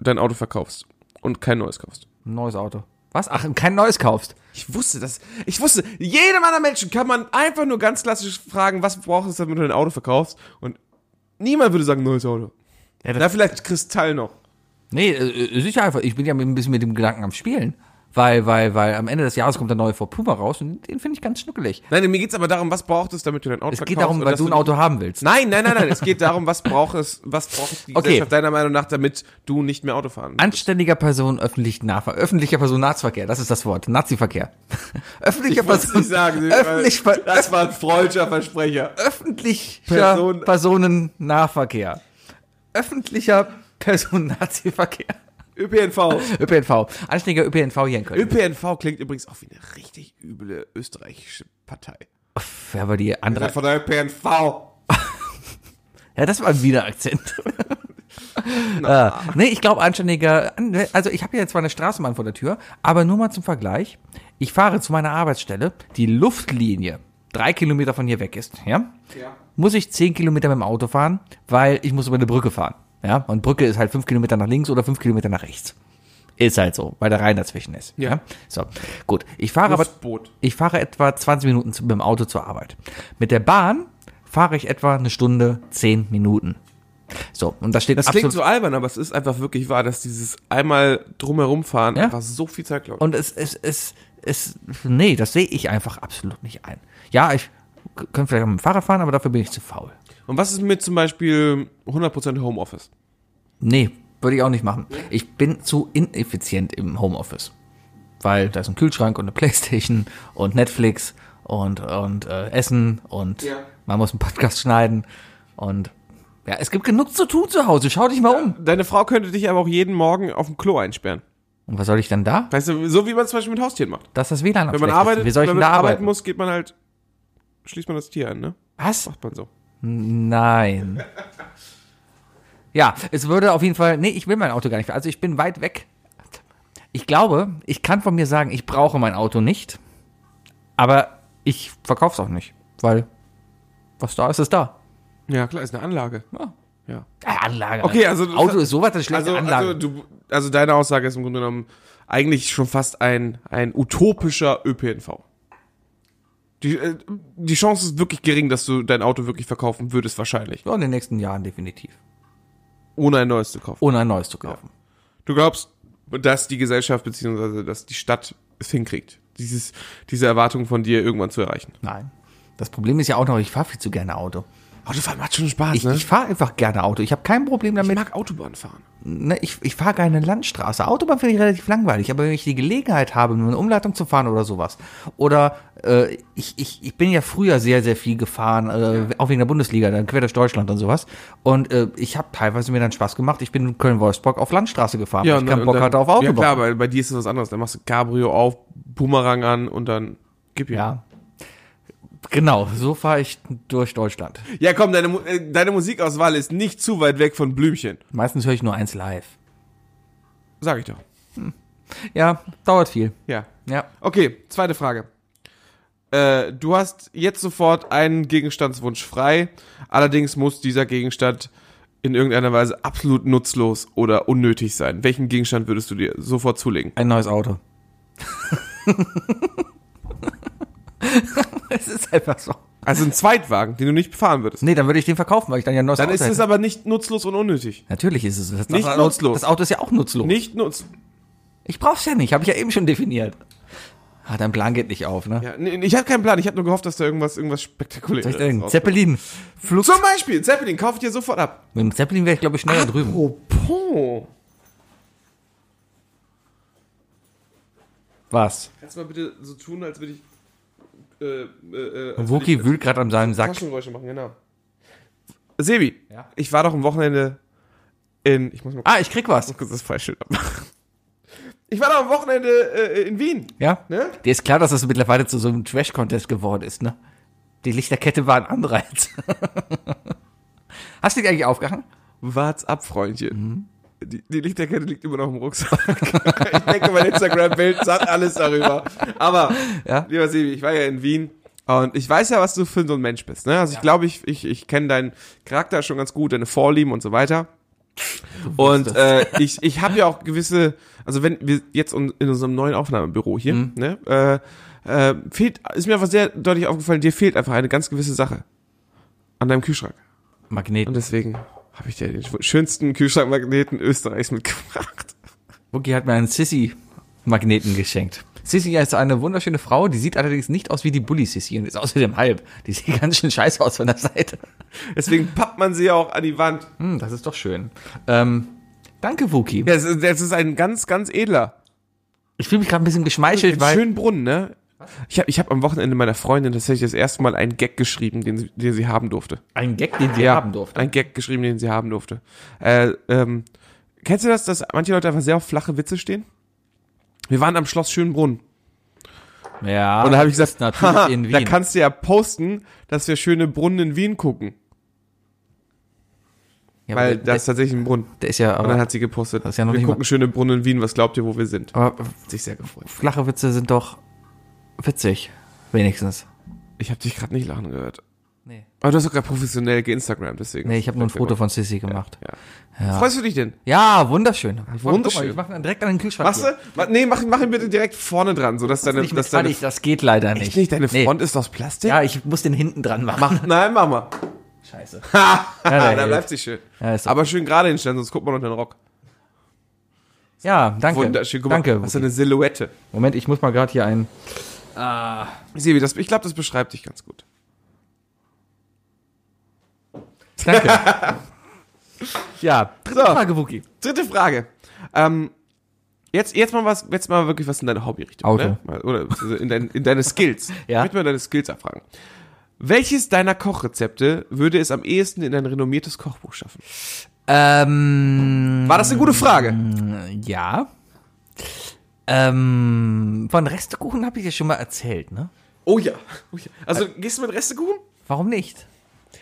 [SPEAKER 4] dein Auto verkaufst und kein neues kaufst?
[SPEAKER 3] Ein neues Auto. Was? Ach, kein neues kaufst.
[SPEAKER 4] Ich wusste das. Ich wusste, jedem anderen Menschen kann man einfach nur ganz klassisch fragen, was braucht es, damit du dein Auto verkaufst? Und niemand würde sagen, neues Auto.
[SPEAKER 3] Ja, das-
[SPEAKER 4] Na, vielleicht Kristall noch.
[SPEAKER 3] Nee, äh, äh, sicher einfach. Ich bin ja mit- ein bisschen mit dem Gedanken am Spielen. Weil, weil, weil am Ende des Jahres kommt der neue vor Puma raus und den finde ich ganz schnuckelig.
[SPEAKER 4] Nein, mir geht's aber darum, was braucht es, damit du dein Auto
[SPEAKER 3] Es geht darum, weil du ein Auto haben willst.
[SPEAKER 4] Nein, nein, nein, nein. Es geht darum, was braucht es, was braucht die
[SPEAKER 3] Okay.
[SPEAKER 4] Gesellschaft deiner Meinung nach, damit du nicht mehr Auto fahren willst?
[SPEAKER 3] Anständiger Personen öffentlichen Nahver öffentlicher Personennahverkehr, das ist das Wort, Naziverkehr. öffentlicher
[SPEAKER 4] wollt's
[SPEAKER 3] Person, öffentlich,
[SPEAKER 4] weil
[SPEAKER 3] ver-
[SPEAKER 4] das war ein freudscher Versprecher.
[SPEAKER 3] öffentlicher
[SPEAKER 4] Person-
[SPEAKER 3] Personennahverkehr. Öffentlicher Personennahverkehr.
[SPEAKER 4] ÖPNV.
[SPEAKER 3] ÖPNV. Anständiger ÖPNV hier in Köln.
[SPEAKER 4] ÖPNV klingt übrigens auch wie eine richtig üble österreichische Partei.
[SPEAKER 3] Ja, aber die andere.
[SPEAKER 4] Von der ÖPNV.
[SPEAKER 3] Ja, das war ein Wiener Akzent. äh, nee, ich glaube anständiger. Also ich habe ja zwar eine Straßenbahn vor der Tür, aber nur mal zum Vergleich. Ich fahre zu meiner Arbeitsstelle, die Luftlinie drei Kilometer von hier weg ist, ja?
[SPEAKER 4] Ja.
[SPEAKER 3] muss ich zehn Kilometer mit dem Auto fahren, weil ich muss über eine Brücke fahren. Ja, und Brücke ist halt fünf Kilometer nach links oder fünf Kilometer nach rechts. Ist halt so, weil der Rhein dazwischen ist.
[SPEAKER 4] Ja.
[SPEAKER 3] So, gut. Ich fahre aber,
[SPEAKER 4] Luftboot.
[SPEAKER 3] ich fahre etwa 20 Minuten zu, mit dem Auto zur Arbeit. Mit der Bahn fahre ich etwa eine Stunde, zehn Minuten. So, und da steht
[SPEAKER 4] Das
[SPEAKER 3] absolut.
[SPEAKER 4] klingt so albern, aber es ist einfach wirklich wahr, dass dieses einmal drumherum fahren
[SPEAKER 3] Ja.
[SPEAKER 4] einfach so viel Zeit klaut.
[SPEAKER 3] und es, es, es, es, nee, das sehe ich einfach absolut nicht ein. Ja, ich k- könnte vielleicht mit dem Fahrrad fahren, aber dafür bin ich zu faul.
[SPEAKER 4] Und was ist mit zum Beispiel 100% Homeoffice?
[SPEAKER 3] Nee, würde ich auch nicht machen. Ich bin zu ineffizient im Homeoffice. Weil da ist ein Kühlschrank und eine Playstation und Netflix und, und äh, Essen und
[SPEAKER 4] Ja.
[SPEAKER 3] man muss einen Podcast schneiden und ja, es gibt genug zu tun zu Hause. Schau dich mal um.
[SPEAKER 4] Deine Frau könnte dich aber auch jeden Morgen auf dem Klo einsperren.
[SPEAKER 3] Und was soll ich denn da?
[SPEAKER 4] Weißt du, so wie man es zum Beispiel mit Haustieren macht.
[SPEAKER 3] Dass das WLAN
[SPEAKER 4] Wenn man
[SPEAKER 3] abschlecht ist.
[SPEAKER 4] arbeitet,
[SPEAKER 3] Wie soll ich
[SPEAKER 4] wenn
[SPEAKER 3] denn
[SPEAKER 4] man
[SPEAKER 3] da
[SPEAKER 4] arbeiten
[SPEAKER 3] arbeiten?
[SPEAKER 4] muss, geht man halt, schließt man das Tier ein, ne?
[SPEAKER 3] Was?
[SPEAKER 4] Macht man so.
[SPEAKER 3] Nein. Ja, es würde auf jeden Fall. Nee, ich will mein Auto gar nicht. Also ich bin weit weg. Ich glaube, ich kann von mir sagen, ich brauche mein Auto nicht. Aber ich verkaufe es auch nicht. Weil was da ist, ist da.
[SPEAKER 4] Ja, klar, ist eine Anlage.
[SPEAKER 3] Ja.
[SPEAKER 4] Ja.
[SPEAKER 3] Äh, Anlage.
[SPEAKER 4] Okay, also das-
[SPEAKER 3] Auto ist sowas eine schlechte
[SPEAKER 4] Also,
[SPEAKER 3] Anlage.
[SPEAKER 4] also, du, also deine Aussage ist im Grunde genommen eigentlich schon fast ein, ein utopischer ÖPNV. Die, äh, die Chance ist wirklich gering, dass du dein Auto wirklich verkaufen würdest, wahrscheinlich.
[SPEAKER 3] ja, in den nächsten Jahren definitiv.
[SPEAKER 4] Ohne ein neues zu kaufen.
[SPEAKER 3] Ohne ein neues zu kaufen.
[SPEAKER 4] Du glaubst, dass die Gesellschaft beziehungsweise dass die Stadt es hinkriegt, dieses, diese Erwartung von dir irgendwann zu erreichen.
[SPEAKER 3] Nein. Das Problem ist ja auch noch, ich fahre viel zu gerne Auto.
[SPEAKER 4] Autofahren macht schon Spaß,
[SPEAKER 3] Ich, ich fahre einfach gerne Auto. Ich habe kein Problem damit.
[SPEAKER 4] Ne? Ich mag Autobahn fahren.
[SPEAKER 3] ne, ich, ich fahre keine Landstraße. Autobahn finde ich relativ langweilig, aber wenn ich die Gelegenheit habe, eine Umleitung zu fahren oder sowas. Oder äh, ich, ich, ich bin ja früher sehr, sehr viel gefahren, äh, auch wegen der Bundesliga, dann quer durch Deutschland und sowas. Und äh, ich habe teilweise mir dann Spaß gemacht. Ich bin in Köln-Wolfsburg auf Landstraße gefahren, weil ich keinen
[SPEAKER 4] und
[SPEAKER 3] Bock
[SPEAKER 4] dann-
[SPEAKER 3] hatte auf
[SPEAKER 4] Ja,
[SPEAKER 3] Autobahn.
[SPEAKER 4] klar, aber bei dir ist es was anderes. Dann machst du Cabrio auf, Boomerang an und dann gib ihm.
[SPEAKER 3] ja. Genau, so fahre ich durch Deutschland.
[SPEAKER 4] Ja, komm, deine, Mu- äh, deine Musikauswahl ist nicht zu weit weg von Blümchen.
[SPEAKER 3] Meistens höre ich nur eins live.
[SPEAKER 4] Sag ich doch.
[SPEAKER 3] Ja, dauert viel.
[SPEAKER 4] Ja.
[SPEAKER 3] Ja.
[SPEAKER 4] Okay, zweite Frage. Äh, du hast jetzt sofort einen Gegenstandswunsch frei. Allerdings muss dieser Gegenstand in irgendeiner Weise absolut nutzlos oder unnötig sein. Welchen Gegenstand würdest du dir sofort zulegen?
[SPEAKER 3] Ein neues Auto. es ist einfach so.
[SPEAKER 4] Also einen Zweitwagen, den du nicht fahren würdest.
[SPEAKER 3] Nee, dann würde ich den verkaufen, weil ich dann ja ein neues
[SPEAKER 4] Dann
[SPEAKER 3] Auto
[SPEAKER 4] ist es
[SPEAKER 3] hätte.
[SPEAKER 4] aber nicht nutzlos und unnötig.
[SPEAKER 3] Natürlich ist es. Das,
[SPEAKER 4] Nicht
[SPEAKER 3] das,
[SPEAKER 4] nutzlos.
[SPEAKER 3] Das Auto ist ja auch nutzlos.
[SPEAKER 4] Nicht nutz.
[SPEAKER 3] Ich brauch's ja nicht, habe ich ja eben schon definiert. Ah, dein Plan geht nicht auf, ne?
[SPEAKER 4] Ja, nee, ich hatte keinen Plan. Ich habe nur gehofft, dass da irgendwas, irgendwas Spektakuläres
[SPEAKER 3] Soll ich denn?
[SPEAKER 4] rauskommt.
[SPEAKER 3] Zeppelin. Flug.
[SPEAKER 4] Zum Ah. Beispiel, Zeppelin, kauf dir sofort ab.
[SPEAKER 3] Mit dem Zeppelin wäre ich, glaube ich, schneller drüben.
[SPEAKER 4] Apropos.
[SPEAKER 3] Was?
[SPEAKER 4] Kannst du mal bitte so tun, als würde ich. Äh, äh, äh, als würde
[SPEAKER 3] Wookie wühlt gerade an seinem
[SPEAKER 4] ich
[SPEAKER 3] Sack.
[SPEAKER 4] Taschengeräusche machen, genau. Sebi,
[SPEAKER 3] Ja?
[SPEAKER 4] ich war doch am Wochenende in. Ich muss mal
[SPEAKER 3] Ah, ich krieg was.
[SPEAKER 4] kurz das Freischild abmachen. Ich war doch am Wochenende äh, in Wien.
[SPEAKER 3] Ja?
[SPEAKER 4] Ne?
[SPEAKER 3] Dir ist klar, dass das mittlerweile zu so einem Trash-Contest geworden ist, ne? Die Lichterkette war ein Anreiz. Hast du dich eigentlich aufgehangen?
[SPEAKER 4] Wart's ab, Freundchen. Die, die Lichterkette liegt immer noch im Rucksack. ich denke, mein Instagram-Bild sagt alles darüber. Aber,
[SPEAKER 3] Ja.
[SPEAKER 4] lieber Sebi, ich war ja in Wien und ich weiß ja, was du für so ein Mensch bist. Ne? Also ich glaube, ich, ich, ich kenne deinen Charakter schon ganz gut, deine Vorlieben und so weiter. Und äh, ich, ich habe ja auch gewisse, also wenn wir jetzt un- in unserem neuen Aufnahmebüro hier, ne, äh, äh, fehlt, ist mir einfach sehr deutlich aufgefallen, dir fehlt einfach eine ganz gewisse Sache an deinem Kühlschrank.
[SPEAKER 3] Magnet.
[SPEAKER 4] Und deswegen habe ich dir den schönsten Kühlschrankmagneten Österreichs mitgebracht.
[SPEAKER 3] Wookie hat mir einen Sissy Magneten geschenkt. Sissy ist eine wunderschöne Frau, die sieht allerdings nicht aus wie die Bully Sissy und ist außerdem halb. Die sieht ganz schön scheiße aus von der Seite.
[SPEAKER 4] Deswegen pappt man sie ja auch an die Wand.
[SPEAKER 3] Hm, das ist doch schön. Ähm, danke, Wookie.
[SPEAKER 4] Ja, es ist, es ist ein ganz, ganz edler.
[SPEAKER 3] Ich fühle mich gerade ein bisschen geschmeichelt,
[SPEAKER 4] Ein
[SPEAKER 3] weil
[SPEAKER 4] schönen Brunnen, ne? Ich habe ich hab am Wochenende meiner Freundin tatsächlich das erste Mal einen Gag geschrieben, den sie, den sie haben durfte.
[SPEAKER 3] ein Gag, den wir haben durften.
[SPEAKER 4] Ein Gag geschrieben, den sie haben durfte. Äh, ähm, kennst du das, dass manche Leute einfach sehr auf flache Witze stehen? Wir waren am Schloss Schönbrunn.
[SPEAKER 3] Ja.
[SPEAKER 4] Und da habe ich
[SPEAKER 3] das
[SPEAKER 4] gesagt,
[SPEAKER 3] ist
[SPEAKER 4] haha,
[SPEAKER 3] natürlich in Wien.
[SPEAKER 4] da kannst du ja posten, dass wir schöne Brunnen in Wien gucken.
[SPEAKER 3] ja,
[SPEAKER 4] Weil
[SPEAKER 3] aber
[SPEAKER 4] das ist tatsächlich ein Brunnen.
[SPEAKER 3] der ist ja,
[SPEAKER 4] Und dann
[SPEAKER 3] aber
[SPEAKER 4] hat sie gepostet,
[SPEAKER 3] ist ja noch
[SPEAKER 4] wir
[SPEAKER 3] nicht
[SPEAKER 4] gucken schöne Brunnen in Wien, was glaubt ihr, wo wir sind?
[SPEAKER 3] aber
[SPEAKER 4] Hat sich sehr gefreut.
[SPEAKER 3] flache Witze sind doch witzig. Wenigstens.
[SPEAKER 4] Ich habe dich gerade nicht lachen gehört.
[SPEAKER 3] Nee.
[SPEAKER 4] Aber du hast doch gerade professionell geinstagrammt, deswegen.
[SPEAKER 3] Nee, ich habe nur ein Foto von Sissy gemacht. Ja.
[SPEAKER 4] Freust du dich denn?
[SPEAKER 3] Ja, wunderschön. Guck mal,
[SPEAKER 4] Wunderschön.
[SPEAKER 3] ich mache direkt an den Kühlschrank.
[SPEAKER 4] Machst du? äh, Ma- Nee, mach, mach ihn bitte direkt vorne dran, so dass deine,
[SPEAKER 3] Nicht
[SPEAKER 4] dass
[SPEAKER 3] mit
[SPEAKER 4] deine,
[SPEAKER 3] Pfannig, das geht leider nicht.
[SPEAKER 4] nicht deine
[SPEAKER 3] Nee.
[SPEAKER 4] Front ist aus Plastik?
[SPEAKER 3] Ja, ich muss den hinten dran machen.
[SPEAKER 4] Mach, nein, mach mal.
[SPEAKER 3] Scheiße.
[SPEAKER 4] Ah,
[SPEAKER 3] der
[SPEAKER 4] da
[SPEAKER 3] hält.
[SPEAKER 4] bleibt sie schön.
[SPEAKER 3] Ja, ist so.
[SPEAKER 4] Aber schön gerade hinstellen, sonst guckt man unter den Rock.
[SPEAKER 3] Ja, danke.
[SPEAKER 4] Wunderschön, guck mal,
[SPEAKER 3] danke.
[SPEAKER 4] hast du eine Silhouette.
[SPEAKER 3] Moment, ich muss mal gerade hier ein.
[SPEAKER 4] Sebi, das, ich glaube, das beschreibt dich ganz gut.
[SPEAKER 3] Danke. ja, dritte
[SPEAKER 4] So.
[SPEAKER 3] Frage, Wookie.
[SPEAKER 4] Dritte Frage. Ähm, jetzt, jetzt mal was, jetzt mal wirklich was in deine Hobbyrichtung.
[SPEAKER 3] Auto.
[SPEAKER 4] Ne? Mal- Oder in, dein, in deine Skills.
[SPEAKER 3] Ja.
[SPEAKER 4] Ich würde mal deine Skills abfragen. Welches deiner Kochrezepte würde es am ehesten in ein renommiertes Kochbuch schaffen?
[SPEAKER 3] Ähm,
[SPEAKER 4] War das eine gute
[SPEAKER 3] Mm.
[SPEAKER 4] Frage?
[SPEAKER 3] ja. Ähm, von Restekuchen habe ich ja schon mal erzählt, ne?
[SPEAKER 4] Oh ja. Oh ja. Also gehst du mit Restekuchen?
[SPEAKER 3] Warum nicht?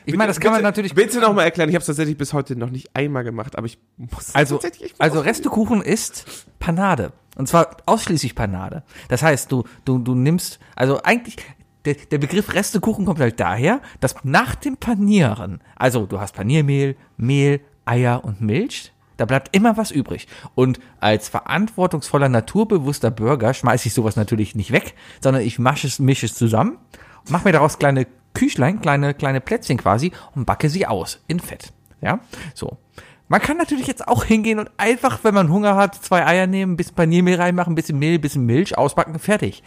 [SPEAKER 3] Ich meine, das kann man
[SPEAKER 4] bitte,
[SPEAKER 3] natürlich.
[SPEAKER 4] Bitte nochmal erklären. Ich habe es tatsächlich bis heute noch nicht einmal gemacht, aber ich muss es
[SPEAKER 3] Also,
[SPEAKER 4] tatsächlich echt mal
[SPEAKER 3] also
[SPEAKER 4] ausprobieren.
[SPEAKER 3] Restekuchen ist Panade. Und zwar ausschließlich Panade. Das heißt, du, du, du nimmst, also eigentlich, der, der Begriff Restekuchen kommt halt daher, dass nach dem Panieren, also du hast Paniermehl, Mehl, Eier und Milch, da bleibt immer was übrig. Und als verantwortungsvoller, naturbewusster Bürger schmeiße ich sowas natürlich nicht weg, sondern ich masche es, mische es zusammen, mache mir daraus kleine Küchlein, kleine, kleine Plätzchen quasi und backe sie aus in Fett. Ja, so. Man kann natürlich jetzt auch hingehen und einfach, wenn man Hunger hat, zwei Eier nehmen, ein bisschen Paniermehl reinmachen, ein bisschen Mehl, ein bisschen Milch, ausbacken, fertig.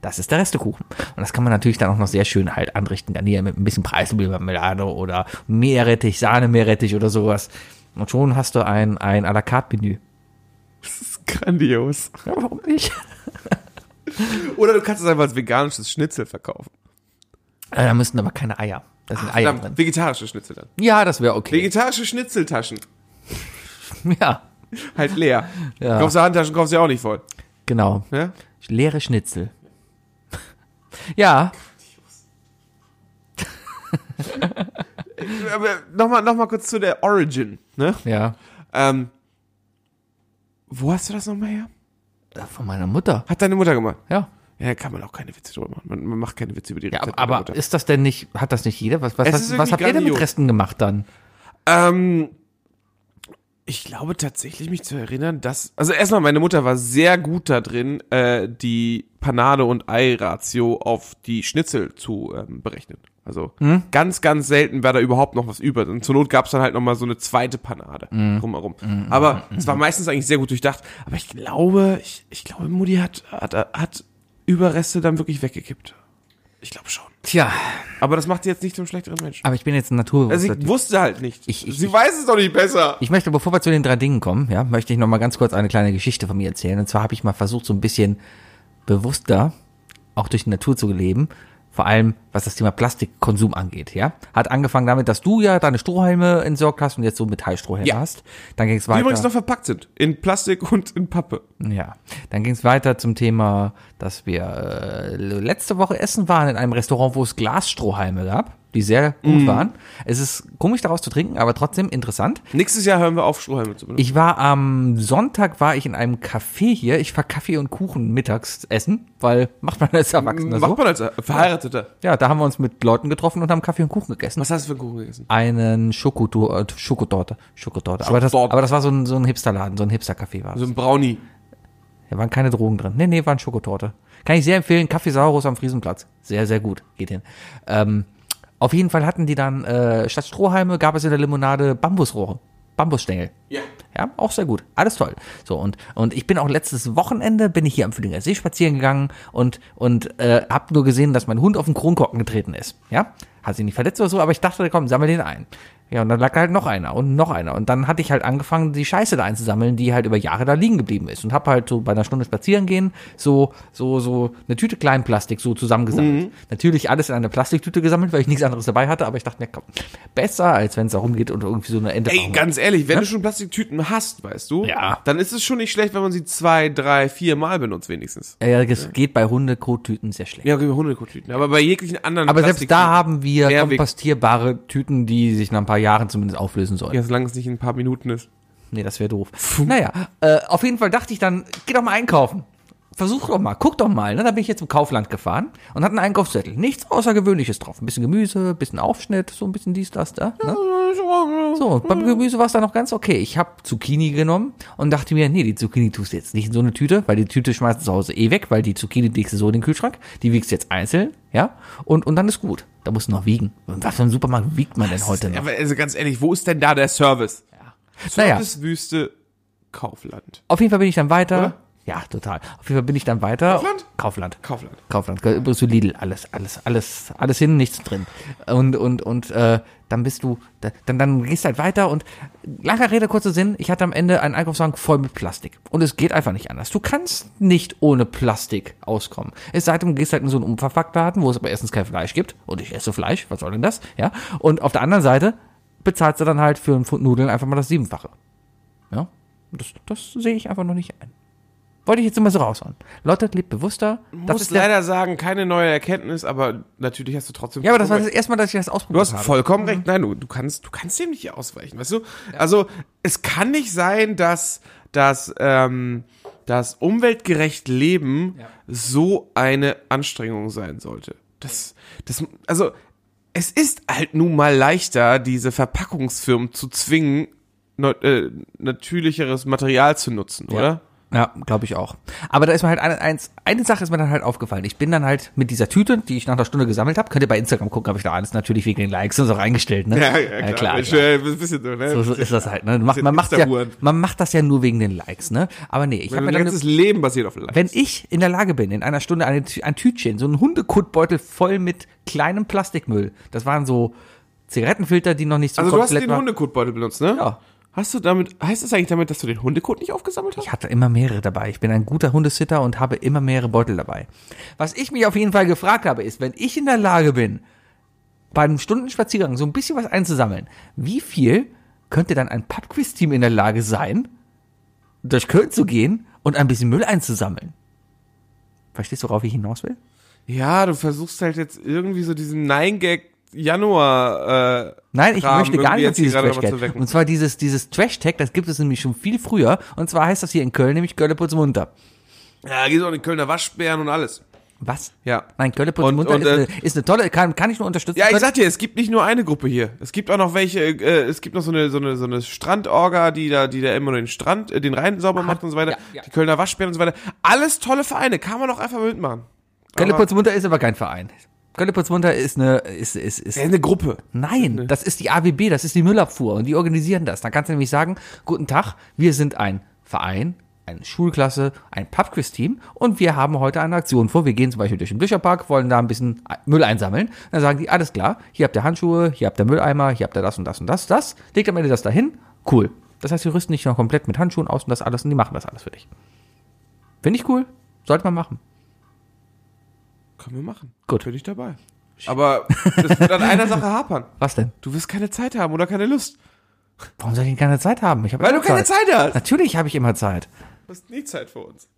[SPEAKER 3] Das ist der Restekuchen. Und das kann man natürlich dann auch noch sehr schön halt anrichten, garnieren mit ein bisschen Preiselbeermarmelade oder Meerrettich, Sahne-Meerrettich oder sowas. Und schon hast du ein, ein à la carte Menü.
[SPEAKER 4] grandios.
[SPEAKER 3] Ja, warum nicht?
[SPEAKER 4] Oder du kannst es einfach als veganisches Schnitzel verkaufen.
[SPEAKER 3] Äh, Da müssten aber keine Eier. Da sind Eier drin.
[SPEAKER 4] Verdammt, vegetarische Schnitzel dann.
[SPEAKER 3] Ja, das wäre okay.
[SPEAKER 4] Vegetarische Schnitzeltaschen.
[SPEAKER 3] Ja,
[SPEAKER 4] Halt leer.
[SPEAKER 3] Ja.
[SPEAKER 4] Kaufst du Handtaschen, kaufst du ja auch nicht voll.
[SPEAKER 3] genau.
[SPEAKER 4] Ne?
[SPEAKER 3] Leere Schnitzel. Ja,
[SPEAKER 4] Aber nochmal noch mal kurz zu der Origin. Ne?
[SPEAKER 3] ja.
[SPEAKER 4] Ähm, wo hast du das nochmal her?
[SPEAKER 3] Von meiner Mutter.
[SPEAKER 4] Hat deine Mutter gemacht.
[SPEAKER 3] Ja.
[SPEAKER 4] Ja, da kann man auch keine Witze drüber machen. Man, man macht keine Witze über die
[SPEAKER 3] Ja,
[SPEAKER 4] Rezepte
[SPEAKER 3] aber
[SPEAKER 4] der Mutter.
[SPEAKER 3] ist das denn nicht, hat das nicht jeder? Was, was,
[SPEAKER 4] Es
[SPEAKER 3] was,
[SPEAKER 4] ist
[SPEAKER 3] was
[SPEAKER 4] irgendwie
[SPEAKER 3] habt ihr denn mit
[SPEAKER 4] grandios.
[SPEAKER 3] Resten gemacht dann?
[SPEAKER 4] Ähm, ich glaube tatsächlich, mich zu erinnern, dass. Also erstmal, meine Mutter war sehr gut da drin, äh, die Panade- und Ei-Ratio auf die Schnitzel zu ähm, berechnen. Also ganz, ganz selten war da überhaupt noch was über. Und zur Not gab es dann halt nochmal so eine zweite Panade drumherum. Aber es war meistens eigentlich sehr gut durchdacht. Aber ich glaube, ich, ich glaube, Mutti hat, hat, hat Überreste dann wirklich weggekippt. Ich glaube schon.
[SPEAKER 3] Tja,
[SPEAKER 4] Aber das macht sie jetzt nicht zum schlechteren Menschen.
[SPEAKER 3] aber ich bin jetzt ein Naturbewusster.
[SPEAKER 4] Also ich wusste halt nicht.
[SPEAKER 3] Ich- ich-
[SPEAKER 4] sie weiß es doch nicht besser.
[SPEAKER 3] Ich möchte, bevor wir zu den drei Dingen kommen, ja, möchte ich noch mal ganz kurz eine kleine Geschichte von mir erzählen. Und zwar habe ich mal versucht, so ein bisschen bewusster auch durch die Natur zu leben. Vor allem, was das Thema Plastikkonsum angeht, ja. Hat angefangen damit, dass du ja deine Strohhalme entsorgt hast und jetzt so Metallstrohhalme
[SPEAKER 4] Ja.
[SPEAKER 3] hast. Dann ging es weiter.
[SPEAKER 4] Die übrigens noch verpackt sind. In Plastik und in Pappe.
[SPEAKER 3] Ja, dann ging es weiter zum Thema, dass wir äh, letzte Woche essen waren in einem Restaurant, wo es Glasstrohhalme gab, die sehr gut
[SPEAKER 4] Mhm.
[SPEAKER 3] waren. Es ist komisch daraus zu trinken, aber trotzdem interessant.
[SPEAKER 4] Nächstes Jahr hören wir auf, Strohhalme zu benutzen.
[SPEAKER 3] Ich war am Sonntag war ich in einem Café hier. Ich war Kaffee und Kuchen mittags essen, weil macht man als Erwachsener
[SPEAKER 4] Macht
[SPEAKER 3] so.
[SPEAKER 4] man als äh, Verheirateter.
[SPEAKER 3] Ja, da haben wir uns mit Leuten getroffen und haben Kaffee und Kuchen gegessen.
[SPEAKER 4] Was hast du für einen Kuchen gegessen?
[SPEAKER 3] Einen Schokotor Schokotorte, Schokotorte. Aber das,
[SPEAKER 4] Schokotorte.
[SPEAKER 3] aber das war so ein, so ein Hipsterladen, so ein Hipstercafé war. das.
[SPEAKER 4] So Also ein Brownie.
[SPEAKER 3] Da waren keine Drogen drin. Nee, nee, waren Schokotorte. Kann ich sehr empfehlen. Kaffee Saurus am Friesenplatz. Sehr, sehr gut. Geht hin. Ähm, auf jeden Fall hatten die dann, äh, statt Strohhalme gab es in der Limonade Bambusrohre. Bambusstängel.
[SPEAKER 4] Ja.
[SPEAKER 3] Ja, auch sehr gut. Alles toll. So, und, und ich bin auch letztes Wochenende, bin ich hier am Fühlinger See spazieren gegangen und, und äh, hab nur gesehen, dass mein Hund auf den Kronkorken getreten ist. Ja, hat sich nicht verletzt oder so, aber ich dachte, komm, sammel den ein. Ja, und dann lag da halt noch einer und noch einer. Und dann hatte ich halt angefangen, die Scheiße da einzusammeln, die halt über Jahre da liegen geblieben ist. Und hab halt so bei einer Stunde spazieren gehen, so, so, so eine Tüte Kleinplastik so
[SPEAKER 4] Mhm.
[SPEAKER 3] zusammengesammelt. Natürlich alles in eine Plastiktüte gesammelt, weil ich nichts anderes dabei hatte, aber ich dachte, na komm, besser, als wenn es da rumgeht und irgendwie so eine Ente
[SPEAKER 4] Ey, ganz ehrlich, wenn du schon Plastiktüten hast, weißt du,
[SPEAKER 3] Ja.
[SPEAKER 4] dann ist es schon nicht schlecht, wenn man sie zwei, drei, vier Mal benutzt wenigstens.
[SPEAKER 3] Ja, ja, das geht bei Hundekottüten sehr schlecht.
[SPEAKER 4] Ja, über Hundekottüten, aber bei jeglichen anderen
[SPEAKER 3] Aber selbst da haben wir
[SPEAKER 4] Mehrweg-
[SPEAKER 3] kompostierbare Tüten, die sich nach ein paar Jahren zumindest auflösen sollen.
[SPEAKER 4] Ja, solange es nicht in ein paar Minuten ist.
[SPEAKER 3] Nee, das wäre doof. Naja, äh, auf jeden Fall dachte ich dann, geh doch mal einkaufen. Versuch doch mal, guck doch mal. Ne? Da bin ich jetzt zum Kaufland gefahren und hatte einen Einkaufszettel. Nichts Außergewöhnliches drauf. Ein bisschen Gemüse, ein bisschen Aufschnitt, so ein bisschen dies, das, da. Ne? So, und beim Gemüse war es dann noch ganz okay. Ich habe Zucchini genommen und dachte mir, nee, die Zucchini tust du jetzt nicht in so eine Tüte, weil die Tüte schmeißt du zu Hause eh weg, weil die Zucchini legst du so in den Kühlschrank, die wiegst du jetzt einzeln, ja, und, und dann ist gut. Da musst du noch wiegen. Und was für ein Supermarkt wiegt man denn heute
[SPEAKER 4] Ja,
[SPEAKER 3] noch?
[SPEAKER 4] aber also ganz ehrlich, wo ist denn da der Service?
[SPEAKER 3] Naja.
[SPEAKER 4] Servicewüste Kaufland.
[SPEAKER 3] Auf jeden Fall bin ich dann weiter.
[SPEAKER 4] Oder?
[SPEAKER 3] Ja, total. Auf jeden Fall bin ich dann weiter.
[SPEAKER 4] Kaufland?
[SPEAKER 3] Kaufland.
[SPEAKER 4] Kaufland.
[SPEAKER 3] Kaufland. Gehört Übrigens zu Lidl. Alles, alles, alles, alles hin, nichts drin. Und, und, und, äh, dann bist du, da- dann, dann gehst halt weiter und langer Rede, kurzer Sinn. Ich hatte am Ende einen Einkaufswagen voll mit Plastik. Und es geht einfach nicht anders. Du kannst nicht ohne Plastik auskommen. Es sei denn, du gehst halt in so einen Unverpacktladen, wo es aber erstens kein Fleisch gibt. Und ich esse Fleisch. Was soll denn das? Ja. Und auf der anderen Seite bezahlst du dann halt für einen Pfund Nudeln einfach mal das Siebenfache. Ja, das, das sehe ich einfach noch nicht ein. Wollte ich jetzt immer so raushauen. Lotte lebt bewusster. Das
[SPEAKER 4] Muss
[SPEAKER 3] ist der,
[SPEAKER 4] leider sagen, keine neue Erkenntnis, aber natürlich hast du trotzdem.
[SPEAKER 3] ja, aber das war das erste Mal, dass ich das
[SPEAKER 4] Du
[SPEAKER 3] ausprobiert
[SPEAKER 4] hast
[SPEAKER 3] habe.
[SPEAKER 4] vollkommen recht. Nein, du, du kannst, du kannst dem nicht ausweichen, weißt du? Also, es kann nicht sein, dass, dass, ähm, dass umweltgerecht Leben so eine Anstrengung sein sollte. Das, das, also, es ist halt nun mal leichter, diese Verpackungsfirmen zu zwingen, neu- äh, natürlicheres Material zu nutzen, oder?
[SPEAKER 3] Ja, glaube ich auch. Aber da ist mir halt eine, eins, eine Sache ist mir dann halt aufgefallen. Ich bin dann halt mit dieser Tüte, die ich nach einer Stunde gesammelt habe, könnt ihr bei Instagram gucken, habe ich da alles natürlich wegen den Likes und so reingestellt, ne?
[SPEAKER 4] Schön, ein bisschen so, ne?
[SPEAKER 3] So, so ist das halt, ne? Man Macht, man, macht ja,
[SPEAKER 4] Insta-Huren.
[SPEAKER 3] man macht das ja nur wegen den Likes, ne? Aber nee, ich habe mir
[SPEAKER 4] Mein
[SPEAKER 3] dann
[SPEAKER 4] ganzes Leben basiert auf Leid.
[SPEAKER 3] Wenn ich in der Lage bin, in einer Stunde eine, Tü- ein Tütchen, so einen Hundekuttbeutel voll mit kleinem Plastikmüll, das waren so Zigarettenfilter, die noch nicht so
[SPEAKER 4] Also du hast den
[SPEAKER 3] waren.
[SPEAKER 4] Hundekotbeutel benutzt, ne?
[SPEAKER 3] Ja.
[SPEAKER 4] Hast du damit, heißt das eigentlich damit, dass du den Hundekot nicht aufgesammelt hast?
[SPEAKER 3] Ich hatte immer mehrere dabei. Ich bin ein guter Hundesitter und habe immer mehrere Beutel dabei. Was ich mich auf jeden Fall gefragt habe, ist, wenn ich in der Lage bin, bei einem Stundenspaziergang so ein bisschen was einzusammeln, wie viel könnte dann ein Pubquiz-Team in der Lage sein, durch Köln zu gehen und ein bisschen Müll einzusammeln? Verstehst du, worauf ich hinaus will?
[SPEAKER 4] Ja, du versuchst halt jetzt irgendwie so diesen Nein-Gag Januar, äh,
[SPEAKER 3] Nein, ich
[SPEAKER 4] Kram
[SPEAKER 3] möchte
[SPEAKER 4] irgendwie
[SPEAKER 3] gar nicht auf
[SPEAKER 4] jetzt hier
[SPEAKER 3] dieses
[SPEAKER 4] gerade mal
[SPEAKER 3] Trash-Tag.
[SPEAKER 4] zu wecken.
[SPEAKER 3] Und zwar dieses, dieses Trash-Tag, das gibt es nämlich schon viel früher. Und zwar heißt das hier in Köln nämlich Kölleputz-Munter.
[SPEAKER 4] Ja, da gibt's auch den Kölner Waschbären und alles.
[SPEAKER 3] Was?
[SPEAKER 4] Ja.
[SPEAKER 3] Nein,
[SPEAKER 4] Und-
[SPEAKER 3] Kölleputz-Munter
[SPEAKER 4] und,
[SPEAKER 3] ist,
[SPEAKER 4] äh,
[SPEAKER 3] eine- ist eine tolle, kann, kann ich nur unterstützen.
[SPEAKER 4] Ja, ich
[SPEAKER 3] Köln-
[SPEAKER 4] sag dir, es gibt nicht nur eine Gruppe hier. Es gibt auch noch welche, äh, es gibt noch so eine, so eine, so eine Strandorga, die da, die da immer nur den Strand, äh, den Rhein sauber macht und so weiter.
[SPEAKER 3] ja, ja.
[SPEAKER 4] Die Kölner Waschbären und so weiter. Alles tolle Vereine, kann man doch einfach mitmachen.
[SPEAKER 3] Kölleputz-Munter ist aber kein Verein. Kölleputz-Munter ist eine, ist, ist, ist,
[SPEAKER 4] Das ist eine Gruppe.
[SPEAKER 3] Nein, das ist die AWB, das ist die Müllabfuhr und die organisieren das. Dann kannst du nämlich sagen, guten Tag, wir sind ein Verein, eine Schulklasse, ein Pubquiz-Team und wir haben heute eine Aktion vor. Wir gehen zum Beispiel durch den Bücherpark, wollen da ein bisschen Müll einsammeln. Dann sagen die, alles klar, hier habt ihr Handschuhe, hier habt ihr Mülleimer, hier habt ihr das und das und das, das. Legt am Ende das dahin, cool. Das heißt, wir rüsten dich noch komplett mit Handschuhen aus und das alles und die machen das alles für dich. Finde ich cool, sollte man machen.
[SPEAKER 4] Können wir machen.
[SPEAKER 3] Gut.
[SPEAKER 4] Bin ich dabei. Aber es wird an einer Sache hapern.
[SPEAKER 3] Was denn?
[SPEAKER 4] Du wirst keine Zeit haben oder keine Lust.
[SPEAKER 3] Warum soll ich denn keine Zeit haben? Ich hab
[SPEAKER 4] Weil
[SPEAKER 3] immer
[SPEAKER 4] du keine Zeit hast.
[SPEAKER 3] Natürlich habe ich immer Zeit.
[SPEAKER 4] Du hast nie Zeit für uns.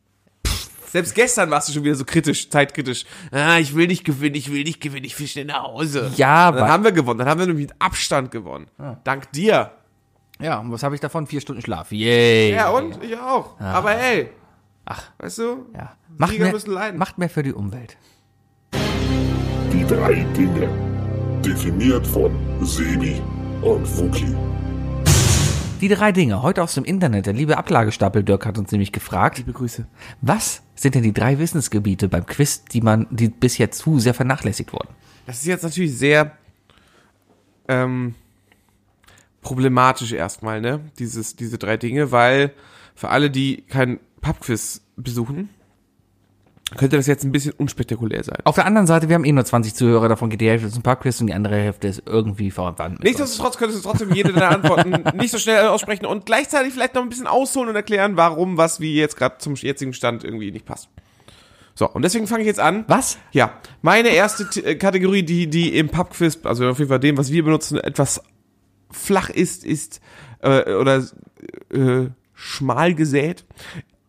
[SPEAKER 4] Selbst gestern warst du schon wieder so kritisch, zeitkritisch. Ah, ich will nicht gewinnen, ich will nicht gewinnen, ich will schnell nach Hause.
[SPEAKER 3] Ja,
[SPEAKER 4] Und dann
[SPEAKER 3] aber-
[SPEAKER 4] haben wir gewonnen, dann haben wir nämlich mit Abstand gewonnen. Dank dir.
[SPEAKER 3] Ja, und was habe ich davon? Vier Stunden Schlaf. Yay.
[SPEAKER 4] Ja, und? Ich auch. Aber hey. Ach. Weißt du?
[SPEAKER 3] Ja. Macht,
[SPEAKER 4] Sieger
[SPEAKER 3] mehr,
[SPEAKER 4] müssen leiden.
[SPEAKER 3] macht mehr für die Umwelt.
[SPEAKER 2] Die drei Dinge. Definiert von Sebi und Fuki.
[SPEAKER 3] Die drei Dinge, heute aus dem Internet. Der liebe Ablagestapel Dirk hat uns nämlich gefragt,
[SPEAKER 4] Liebe Grüße.
[SPEAKER 3] was sind denn die drei Wissensgebiete beim Quiz, die man, die bisher zu sehr vernachlässigt wurden?
[SPEAKER 4] Das ist jetzt natürlich sehr ähm, problematisch erstmal, ne? Dieses, diese drei Dinge, weil für alle, die kein Pubquiz besuchen, könnte das jetzt ein bisschen unspektakulär sein.
[SPEAKER 3] Auf der anderen Seite, wir haben eh nur 20 Zuhörer, davon geht die Hälfte zum Parkquiz und die andere Hälfte ist irgendwie verwandt. mit uns.
[SPEAKER 4] Nichtsdestotrotz könntest du trotzdem jede deiner Antworten nicht so schnell aussprechen und gleichzeitig vielleicht noch ein bisschen ausholen und erklären, warum was wie jetzt gerade zum jetzigen Stand irgendwie nicht passt. So, und deswegen fange ich jetzt an.
[SPEAKER 3] Was?
[SPEAKER 4] Ja, meine erste T- äh, Kategorie, die, die im Pubquiz, also auf jeden Fall dem, was wir benutzen, etwas flach ist, ist äh, oder äh, schmal gesät,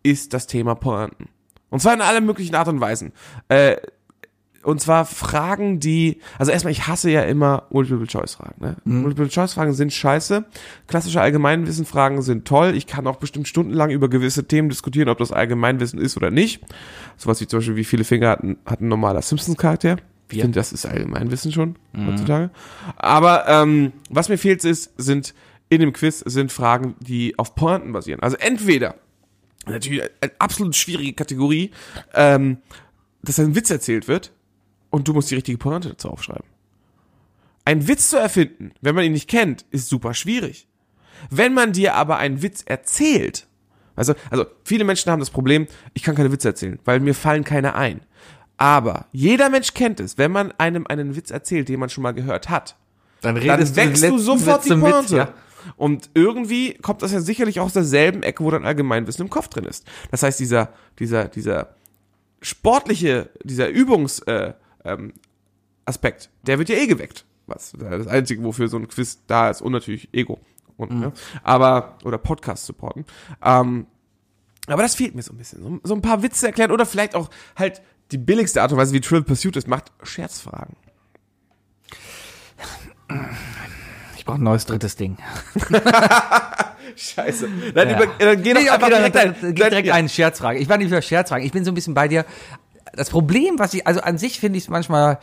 [SPEAKER 4] ist das Thema Pointen. Und zwar in allen möglichen Art und Weisen. Äh, und zwar Fragen, die, also erstmal, ich hasse ja immer Multiple-Choice-Fragen. Ne? Multiple-Choice-Fragen sind scheiße. Klassische Allgemeinwissen-Fragen sind toll. Ich kann auch bestimmt stundenlang über gewisse Themen diskutieren, ob das Allgemeinwissen ist oder nicht. Sowas wie zum Beispiel, wie viele Finger hat ein, hat ein normaler Simpsons-Charakter. Ich
[SPEAKER 3] Ja.
[SPEAKER 4] finde, das ist Allgemeinwissen schon heutzutage. Aber ähm, was mir fehlt, ist, sind in dem Quiz sind Fragen, die auf Pointen basieren. Also entweder natürlich eine absolut schwierige Kategorie, ähm, dass ein Witz erzählt wird und du musst die richtige Pointe dazu aufschreiben. Einen Witz zu erfinden, wenn man ihn nicht kennt, ist super schwierig. Wenn man dir aber einen Witz erzählt, also, also viele Menschen haben das Problem, ich kann keine Witze erzählen, weil mir fallen keine ein. Aber jeder Mensch kennt es, wenn man einem einen Witz erzählt, den man schon mal gehört hat,
[SPEAKER 3] Dann
[SPEAKER 4] dann wächst
[SPEAKER 3] den
[SPEAKER 4] du
[SPEAKER 3] letzten
[SPEAKER 4] sofort
[SPEAKER 3] Witz
[SPEAKER 4] die
[SPEAKER 3] zum Witz,
[SPEAKER 4] Pointe.
[SPEAKER 3] ja.
[SPEAKER 4] Und irgendwie kommt das ja sicherlich aus derselben Ecke, wo dein Allgemeinwissen im Kopf drin ist. Das heißt, dieser, dieser, dieser sportliche, dieser Übungs, äh, ähm, Aspekt, der wird ja eh geweckt. Was das Einzige, wofür so ein Quiz da ist, und natürlich Ego. Und, ne? Aber, oder Podcast supporten. Ähm, aber das fehlt mir so ein bisschen. So, so ein paar Witze erklären oder vielleicht auch halt die billigste Art und Weise, wie Trivial Pursuit es macht, Scherzfragen.
[SPEAKER 3] Ich brauche ein neues drittes Ding.
[SPEAKER 4] Scheiße. Dann,
[SPEAKER 3] Ja.
[SPEAKER 4] über, äh, dann geh doch
[SPEAKER 3] Nee,
[SPEAKER 4] einfach
[SPEAKER 3] okay, dann,
[SPEAKER 4] direkt,
[SPEAKER 3] dann,
[SPEAKER 4] ein-
[SPEAKER 3] dann, geht direkt
[SPEAKER 4] ja.
[SPEAKER 3] eine Scherzfrage. Ich war nicht für Scherzfragen. Ich bin so ein bisschen bei dir. Das Problem, was ich, also an sich finde ich es manchmal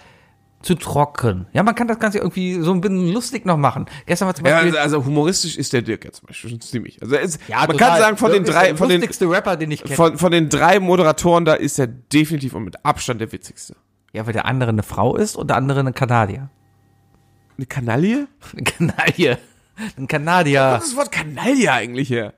[SPEAKER 3] zu trocken. Ja, man kann das Ganze irgendwie so ein bisschen lustig noch machen. Gestern war zum
[SPEAKER 4] Ja,
[SPEAKER 3] Beispiel.
[SPEAKER 4] also, also humoristisch ist der Dirk ja zum Beispiel schon ziemlich. Also es,
[SPEAKER 3] Ja,
[SPEAKER 4] man
[SPEAKER 3] total.
[SPEAKER 4] kann sagen, von
[SPEAKER 3] Dirk
[SPEAKER 4] den
[SPEAKER 3] ist
[SPEAKER 4] drei,
[SPEAKER 3] der
[SPEAKER 4] von den,
[SPEAKER 3] lustigste Rapper, den ich kenne.
[SPEAKER 4] von, von den drei Moderatoren, da ist er definitiv und mit Abstand der witzigste.
[SPEAKER 3] Ja, weil der andere eine Frau ist und der andere eine Kanadier.
[SPEAKER 4] Eine Kanaille?
[SPEAKER 3] Eine Kanaille. Ein Kanadier.
[SPEAKER 4] das Wort Kanaille eigentlich her?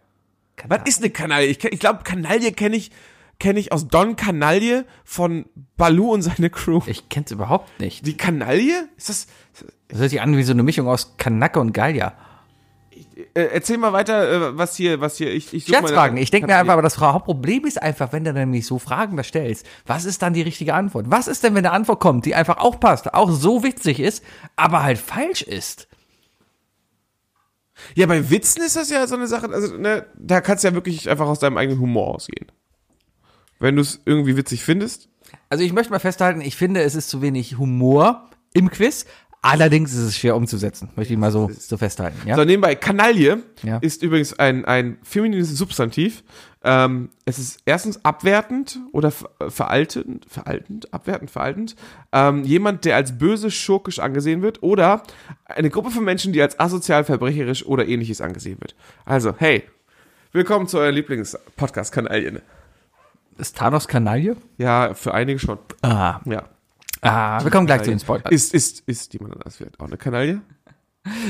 [SPEAKER 4] Was ist eine Kanaille? Ich, kenn- ich glaube, Kanaille kenne ich, kenne ich aus Don Kanaille von Baloo und seine Crew.
[SPEAKER 3] Ich kenn's überhaupt nicht.
[SPEAKER 4] Die Kanaille? Ist das,
[SPEAKER 3] Das hört sich an wie so eine Mischung aus Kanacke und Gallier.
[SPEAKER 4] äh, erzähl mal weiter, äh, was hier, was hier, ich, ich such mal-
[SPEAKER 3] Scherzfragen. Ich denke mir
[SPEAKER 4] Kanaille.
[SPEAKER 3] einfach, aber das Hauptproblem ist einfach, wenn du nämlich so Fragen da stellst, was ist dann die richtige Antwort? Was ist denn, wenn eine Antwort kommt, die einfach auch passt, auch so witzig ist, aber halt falsch ist?
[SPEAKER 4] Ja, bei Witzen ist das ja so eine Sache, also ne, da kannst du ja wirklich einfach aus deinem eigenen Humor ausgehen. Wenn du es irgendwie witzig findest.
[SPEAKER 3] Also ich möchte mal festhalten, ich finde, es ist zu wenig Humor im Quiz. Allerdings ist es schwer umzusetzen, möchte ich mal so, so festhalten. Ja?
[SPEAKER 4] So, nebenbei, Kanaille
[SPEAKER 3] Ja.
[SPEAKER 4] ist übrigens ein, ein feminines Substantiv. Ähm, es ist erstens abwertend oder ver- äh, veraltend, veraltend, abwertend, veraltend. Ähm, jemand, der als böse, schurkisch angesehen wird oder eine Gruppe von Menschen, die als asozial, verbrecherisch oder ähnliches angesehen wird. Also, hey, willkommen zu eurem Lieblings-Podcast-Kanaille.
[SPEAKER 3] Ist Thanos Kanaille?
[SPEAKER 4] Ja, für einige schon.
[SPEAKER 3] Ah,
[SPEAKER 4] Ja.
[SPEAKER 3] ah wir kommen gleich zu den Spoilern.
[SPEAKER 4] Ist, ist, ist jemand anders vielleicht auch eine Kanaille?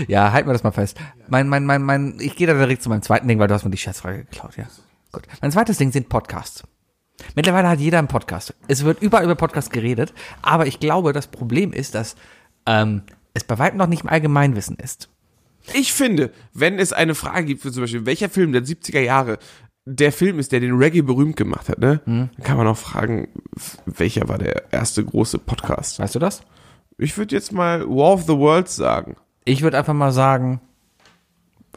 [SPEAKER 3] Ja, halten wir das mal fest. Mein, mein, mein, mein, ich gehe da direkt zu meinem zweiten Ding, weil du hast mir die Scherzfrage geklaut, ja. Gut. Mein zweites Ding sind Podcasts. Mittlerweile hat jeder einen Podcast. Es wird überall über Podcasts geredet, aber ich glaube, das Problem ist, dass ähm, es bei weitem noch nicht im Allgemeinwissen ist.
[SPEAKER 4] Ich finde, wenn es eine Frage gibt, für zum Beispiel, welcher Film der 70er Jahre der Film ist, der den Reggae berühmt gemacht hat, ne? Dann kann man auch fragen, f- welcher war der erste große Podcast?
[SPEAKER 3] Weißt du das?
[SPEAKER 4] Ich würde jetzt mal War of the Worlds sagen.
[SPEAKER 3] Ich würde einfach mal sagen,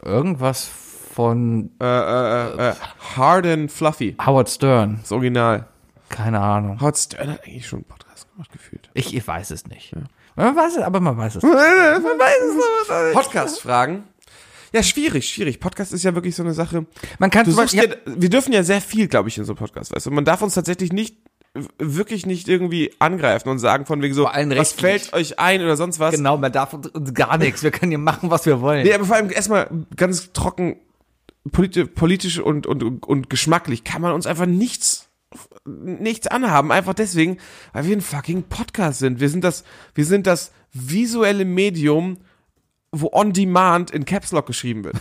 [SPEAKER 3] irgendwas von
[SPEAKER 4] Äh, äh, äh, äh, Hard and Fluffy.
[SPEAKER 3] Howard Stern.
[SPEAKER 4] Das Original.
[SPEAKER 3] Keine Ahnung.
[SPEAKER 4] Howard Stern hat eigentlich schon einen Podcast gemacht, gefühlt.
[SPEAKER 3] Ich, ich weiß es nicht. Man weiß es, aber man weiß es.
[SPEAKER 4] Podcast-Fragen? Ja, schwierig, schwierig. Podcast ist ja wirklich so eine Sache.
[SPEAKER 3] Man kann
[SPEAKER 4] Du
[SPEAKER 3] zum
[SPEAKER 4] suchst
[SPEAKER 3] Beispiel-
[SPEAKER 4] ja, wir dürfen ja sehr viel, glaube ich, in so einem Podcast, weißt du. Man darf uns tatsächlich nicht, wirklich nicht irgendwie angreifen und sagen von wegen so,
[SPEAKER 3] Vor allem
[SPEAKER 4] was
[SPEAKER 3] rechtlich.
[SPEAKER 4] fällt euch ein oder sonst was.
[SPEAKER 3] Genau, man darf uns, uns gar nichts. Wir können hier machen, was wir wollen.
[SPEAKER 4] Nee, aber vor allem erstmal ganz trocken, politi politisch und, und, und geschmacklich kann man uns einfach nichts, nichts anhaben. Einfach deswegen, weil wir ein fucking Podcast sind. Wir sind das, wir sind das visuelle Medium wo on demand in Caps Lock geschrieben wird.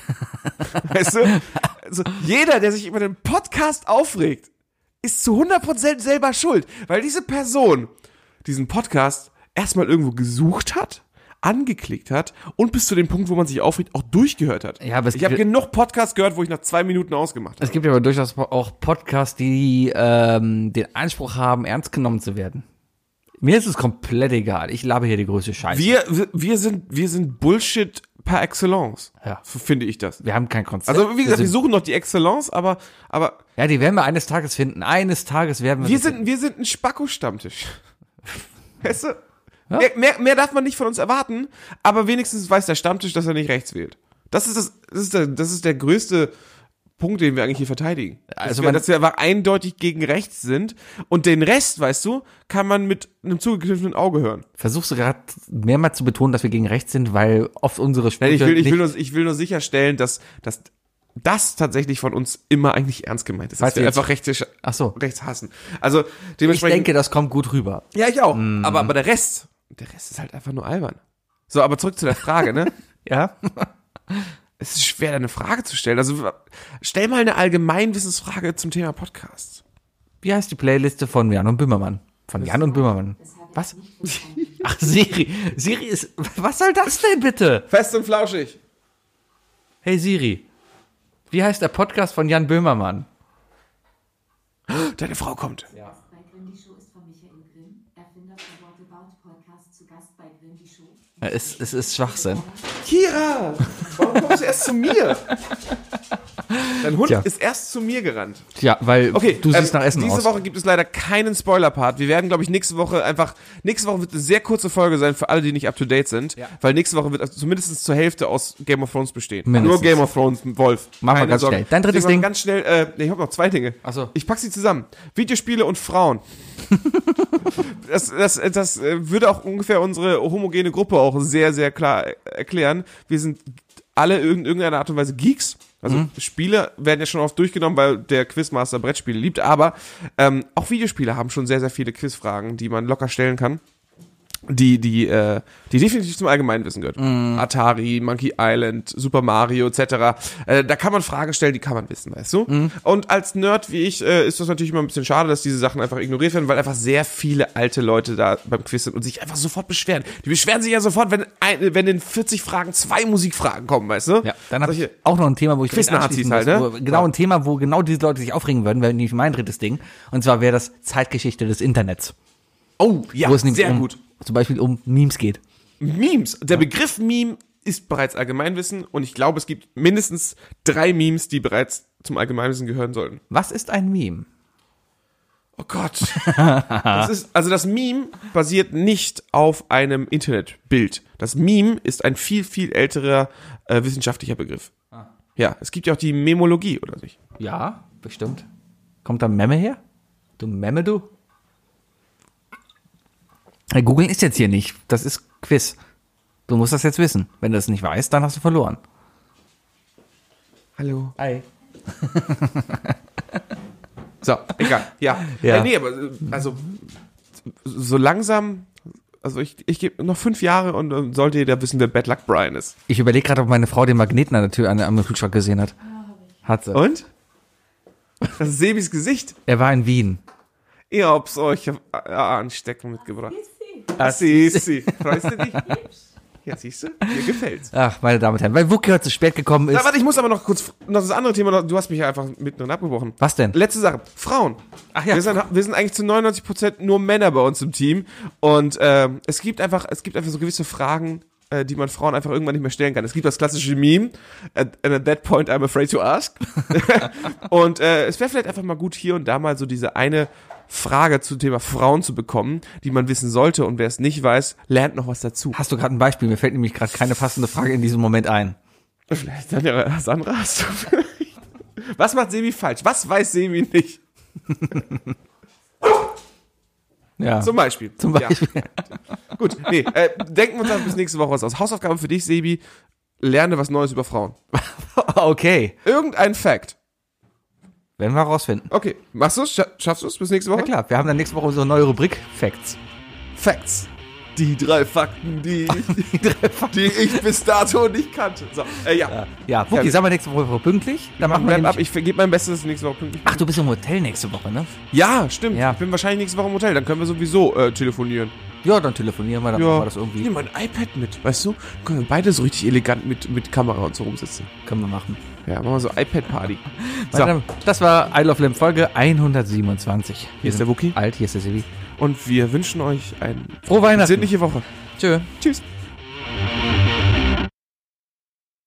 [SPEAKER 4] weißt du? Also jeder, der sich über den Podcast aufregt, ist zu 100% selber schuld, weil diese Person diesen Podcast erstmal irgendwo gesucht hat, angeklickt hat und bis zu dem Punkt, wo man sich aufregt, auch durchgehört hat.
[SPEAKER 3] Ja, aber es
[SPEAKER 4] ich habe
[SPEAKER 3] gibt-
[SPEAKER 4] genug Podcasts gehört, wo ich nach zwei Minuten ausgemacht
[SPEAKER 3] Es
[SPEAKER 4] habe.
[SPEAKER 3] gibt ja aber durchaus auch Podcasts, die ähm, den Anspruch haben, ernst genommen zu werden. Mir ist es komplett egal. Ich labe hier die größte Scheiße.
[SPEAKER 4] Wir, wir- wir, sind, wir sind Bullshit par excellence,
[SPEAKER 3] Ja.
[SPEAKER 4] so finde ich das.
[SPEAKER 3] Wir haben kein Konzept.
[SPEAKER 4] Also wie
[SPEAKER 3] wir
[SPEAKER 4] gesagt, wir
[SPEAKER 3] sind,
[SPEAKER 4] suchen noch die Excellence, aber, aber
[SPEAKER 3] ja, die werden wir eines Tages finden. Eines Tages werden wir.
[SPEAKER 4] Wir
[SPEAKER 3] sie
[SPEAKER 4] sind, wir sind ein Spacko-Stammtisch. Weißt du? Mehr, mehr, mehr darf man nicht von uns erwarten, aber wenigstens weiß der Stammtisch, dass er nicht rechts wählt. Das ist, das, das ist, der, das ist der größte Punkt, den wir eigentlich hier verteidigen.
[SPEAKER 3] Also
[SPEAKER 4] dass, wir,
[SPEAKER 3] man-
[SPEAKER 4] dass wir aber eindeutig gegen rechts sind und den Rest, weißt du, kann man mit einem zugekniffenen Auge hören.
[SPEAKER 3] Versuchst du gerade mehrmals zu betonen, dass wir gegen rechts sind, weil oft unsere Sprüche
[SPEAKER 4] Ich will, ich,
[SPEAKER 3] nicht,
[SPEAKER 4] will nur, ich will nur sicherstellen, dass, dass das tatsächlich von uns immer eigentlich ernst gemeint ist.
[SPEAKER 3] Falls
[SPEAKER 4] Dass wir
[SPEAKER 3] jetzt-
[SPEAKER 4] einfach rechts,
[SPEAKER 3] Ach so.
[SPEAKER 4] rechts hassen. Also
[SPEAKER 3] ich
[SPEAKER 4] dementsprechend.
[SPEAKER 3] denke, das kommt gut rüber.
[SPEAKER 4] Ja, ich auch. Aber, aber der Rest, der Rest ist halt einfach nur albern. So, aber zurück zu der Frage, ne?
[SPEAKER 3] Ja.
[SPEAKER 4] es ist schwer, da eine Frage zu stellen. Also, w- stell mal eine Allgemeinwissensfrage zum Thema Podcast.
[SPEAKER 3] Wie heißt die Playliste von Jan und Böhmermann? Von Jan und Böhmermann. Was? Ach, Siri. Siri ist. Was soll das denn bitte?
[SPEAKER 4] Fest und flauschig.
[SPEAKER 3] Hey Siri. Wie heißt der Podcast von Jan Böhmermann?
[SPEAKER 4] Deine Frau kommt.
[SPEAKER 5] Bei Grimm die Show ist von Michael Grimm, Erfinder von What About Podcast, zu Gast bei Grimm die Show.
[SPEAKER 3] Es, es ist Schwachsinn.
[SPEAKER 4] Kira, warum kommst du erst zu mir? Dein Hund
[SPEAKER 3] Tja.
[SPEAKER 4] ist erst zu mir gerannt.
[SPEAKER 3] Ja, weil
[SPEAKER 4] Okay,
[SPEAKER 3] du siehst
[SPEAKER 4] ähm,
[SPEAKER 3] nach Essen
[SPEAKER 4] diese
[SPEAKER 3] aus.
[SPEAKER 4] Woche gibt es leider keinen Spoiler-Part. Wir werden, glaube ich, nächste Woche einfach, nächste Woche wird eine sehr kurze Folge sein für alle, die nicht up-to-date sind, weil nächste Woche wird also zumindest zur Hälfte aus Game of Thrones bestehen. Nur
[SPEAKER 3] Mindestens.
[SPEAKER 4] Game of Thrones, Wolf.
[SPEAKER 3] Machen wir ganz schnell. Dein drittes
[SPEAKER 4] Deswegen
[SPEAKER 3] Ding.
[SPEAKER 4] Ganz schnell, äh, nee, ich habe noch zwei Dinge.
[SPEAKER 3] Ach so.
[SPEAKER 4] Ich pack sie zusammen. Videospiele und Frauen. das, das, das äh, würde auch ungefähr unsere homogene Gruppe auch sehr, sehr klar äh, erklären. Wir sind alle in irgendeiner Art und Weise Geeks. Also
[SPEAKER 3] Mhm.
[SPEAKER 4] Spiele werden ja schon oft durchgenommen, weil der Quizmaster Brettspiele liebt, aber ähm, auch Videospiele haben schon sehr, sehr viele Quizfragen, die man locker stellen kann. Die, die, äh, die definitiv zum Allgemeinwissen gehört.
[SPEAKER 3] Mhm.
[SPEAKER 4] Atari, Monkey Island, Super Mario, etc. Äh, da kann man Fragen stellen, die kann man wissen, weißt du?
[SPEAKER 3] Mhm.
[SPEAKER 4] Und als Nerd wie ich äh, ist das natürlich immer ein bisschen schade, dass diese Sachen einfach ignoriert werden, weil einfach sehr viele alte Leute da beim Quiz sind und sich einfach sofort beschweren. Die beschweren sich ja sofort, wenn, ein, wenn in 40 Fragen zwei Musikfragen kommen, weißt du?
[SPEAKER 3] Ja, dann habe ich
[SPEAKER 4] Solche-
[SPEAKER 3] auch noch ein Thema, wo ich direkt
[SPEAKER 4] Quiz-Nazis
[SPEAKER 3] anschließen
[SPEAKER 4] halt,
[SPEAKER 3] muss,
[SPEAKER 4] ne?
[SPEAKER 3] wo, Genau, ein Thema, wo genau diese Leute sich aufregen würden, wäre nämlich mein drittes Ding. Und zwar wäre das Zeitgeschichte des Internets.
[SPEAKER 4] Oh, ja,
[SPEAKER 3] wo es nämlich
[SPEAKER 4] sehr
[SPEAKER 3] um,
[SPEAKER 4] gut.
[SPEAKER 3] zum Beispiel um Memes geht.
[SPEAKER 4] Memes. Der Begriff Meme ist bereits Allgemeinwissen und ich glaube, es gibt mindestens drei Memes, die bereits zum Allgemeinwissen gehören sollten.
[SPEAKER 3] Was ist ein Meme?
[SPEAKER 4] Oh Gott. das ist, also das Meme basiert nicht auf einem Internetbild. Das Meme ist ein viel, viel älterer äh, wissenschaftlicher Begriff. Ja, es gibt ja auch die Memologie, oder nicht?
[SPEAKER 3] Ja, bestimmt. Kommt da Memme her? Du Memme, du? Hey, Googeln ist jetzt hier nicht. Das ist Quiz. Du musst das jetzt wissen. Wenn du das nicht weißt, dann hast du verloren.
[SPEAKER 4] Hallo.
[SPEAKER 3] Ei.
[SPEAKER 4] So, egal. Ja.
[SPEAKER 3] Ja.
[SPEAKER 4] Äh, nee, aber äh, also so langsam, also ich, ich gebe noch fünf Jahre und dann sollte jeder wissen, wer Bad Luck Brian ist.
[SPEAKER 3] Ich überlege gerade, ob meine Frau den Magneten an der Tür an, am Flugschrank gesehen hat. Hat sie.
[SPEAKER 4] Und? Das ist Sebis Gesicht.
[SPEAKER 3] Er war in Wien.
[SPEAKER 4] Ihr habt's euch äh, anstecken mitgebracht. Ah, Sisi. Freust du dich? Ja, siehst du? Mir gefällt's.
[SPEAKER 3] Ach, meine Damen und Herren, weil Wookie heute zu spät gekommen ist.
[SPEAKER 4] Na, warte, ich muss aber noch kurz noch das andere Thema, noch- du hast mich ja einfach mittendrin abgebrochen.
[SPEAKER 3] Was denn?
[SPEAKER 4] Letzte Sache. Frauen.
[SPEAKER 3] Ach ja.
[SPEAKER 4] Wir sind, wir sind eigentlich zu 99% nur Männer bei uns im Team. Und ähm, es gibt einfach, es gibt einfach so gewisse Fragen, äh, die man Frauen einfach irgendwann nicht mehr stellen kann. Es gibt das klassische Meme, at, and at that point I'm afraid to ask. und äh, es wäre vielleicht einfach mal gut, hier und da mal so diese eine Frage zum Thema Frauen zu bekommen, die man wissen sollte. Und wer es nicht weiß, lernt noch was dazu.
[SPEAKER 3] Hast du gerade ein Beispiel? Mir fällt nämlich gerade keine passende Frage in diesem Moment ein.
[SPEAKER 4] Vielleicht dann ja Sandra hast du vielleicht. Was macht Sebi falsch? Was weiß Sebi nicht?
[SPEAKER 3] Ja.
[SPEAKER 4] Zum Beispiel.
[SPEAKER 3] Zum Beispiel.
[SPEAKER 4] Ja. Gut, nee, äh, denken wir uns dann bis nächste Woche was aus. Hausaufgabe für dich, Sebi. Lerne was Neues über Frauen.
[SPEAKER 3] Okay.
[SPEAKER 4] Irgendein Fact.
[SPEAKER 3] Werden wir herausfinden.
[SPEAKER 4] Okay, machst du es? Schaffst du es bis nächste Woche?
[SPEAKER 3] Na klar, wir haben dann nächste Woche unsere neue Rubrik Facts.
[SPEAKER 4] Facts. Die drei Fakten, die ich, die ich bis dato nicht kannte. So, äh, ja.
[SPEAKER 3] Ja, Wookie,
[SPEAKER 4] Ja.
[SPEAKER 3] sagen wir nächste Woche pünktlich. Dann machen wir
[SPEAKER 4] Wrap up.
[SPEAKER 3] nämlich-
[SPEAKER 4] Ich gebe mein Bestes nächste Woche pünktlich.
[SPEAKER 3] Ach, du bist im Hotel nächste Woche, ne?
[SPEAKER 4] Ja, stimmt.
[SPEAKER 3] Ja.
[SPEAKER 4] Ich bin wahrscheinlich nächste Woche im Hotel. Dann können wir sowieso äh, telefonieren.
[SPEAKER 3] Ja, dann telefonieren wir, dann machen wir das irgendwie.
[SPEAKER 4] Ich nehme mein iPad mit, weißt du? Können wir beide so richtig elegant mit, mit Kamera und so rumsitzen.
[SPEAKER 3] Können wir machen.
[SPEAKER 4] Ja, machen wir so iPad-Party.
[SPEAKER 3] So.
[SPEAKER 4] So,
[SPEAKER 3] Das war I Love Lamb Folge 127.
[SPEAKER 4] hier ist der Wookie.
[SPEAKER 3] Alt, hier ist der Sebi.
[SPEAKER 4] Und wir wünschen euch eine
[SPEAKER 3] Frohe Weihnachten.
[SPEAKER 4] sinnliche Woche.
[SPEAKER 3] Tschö.
[SPEAKER 4] Tschüss.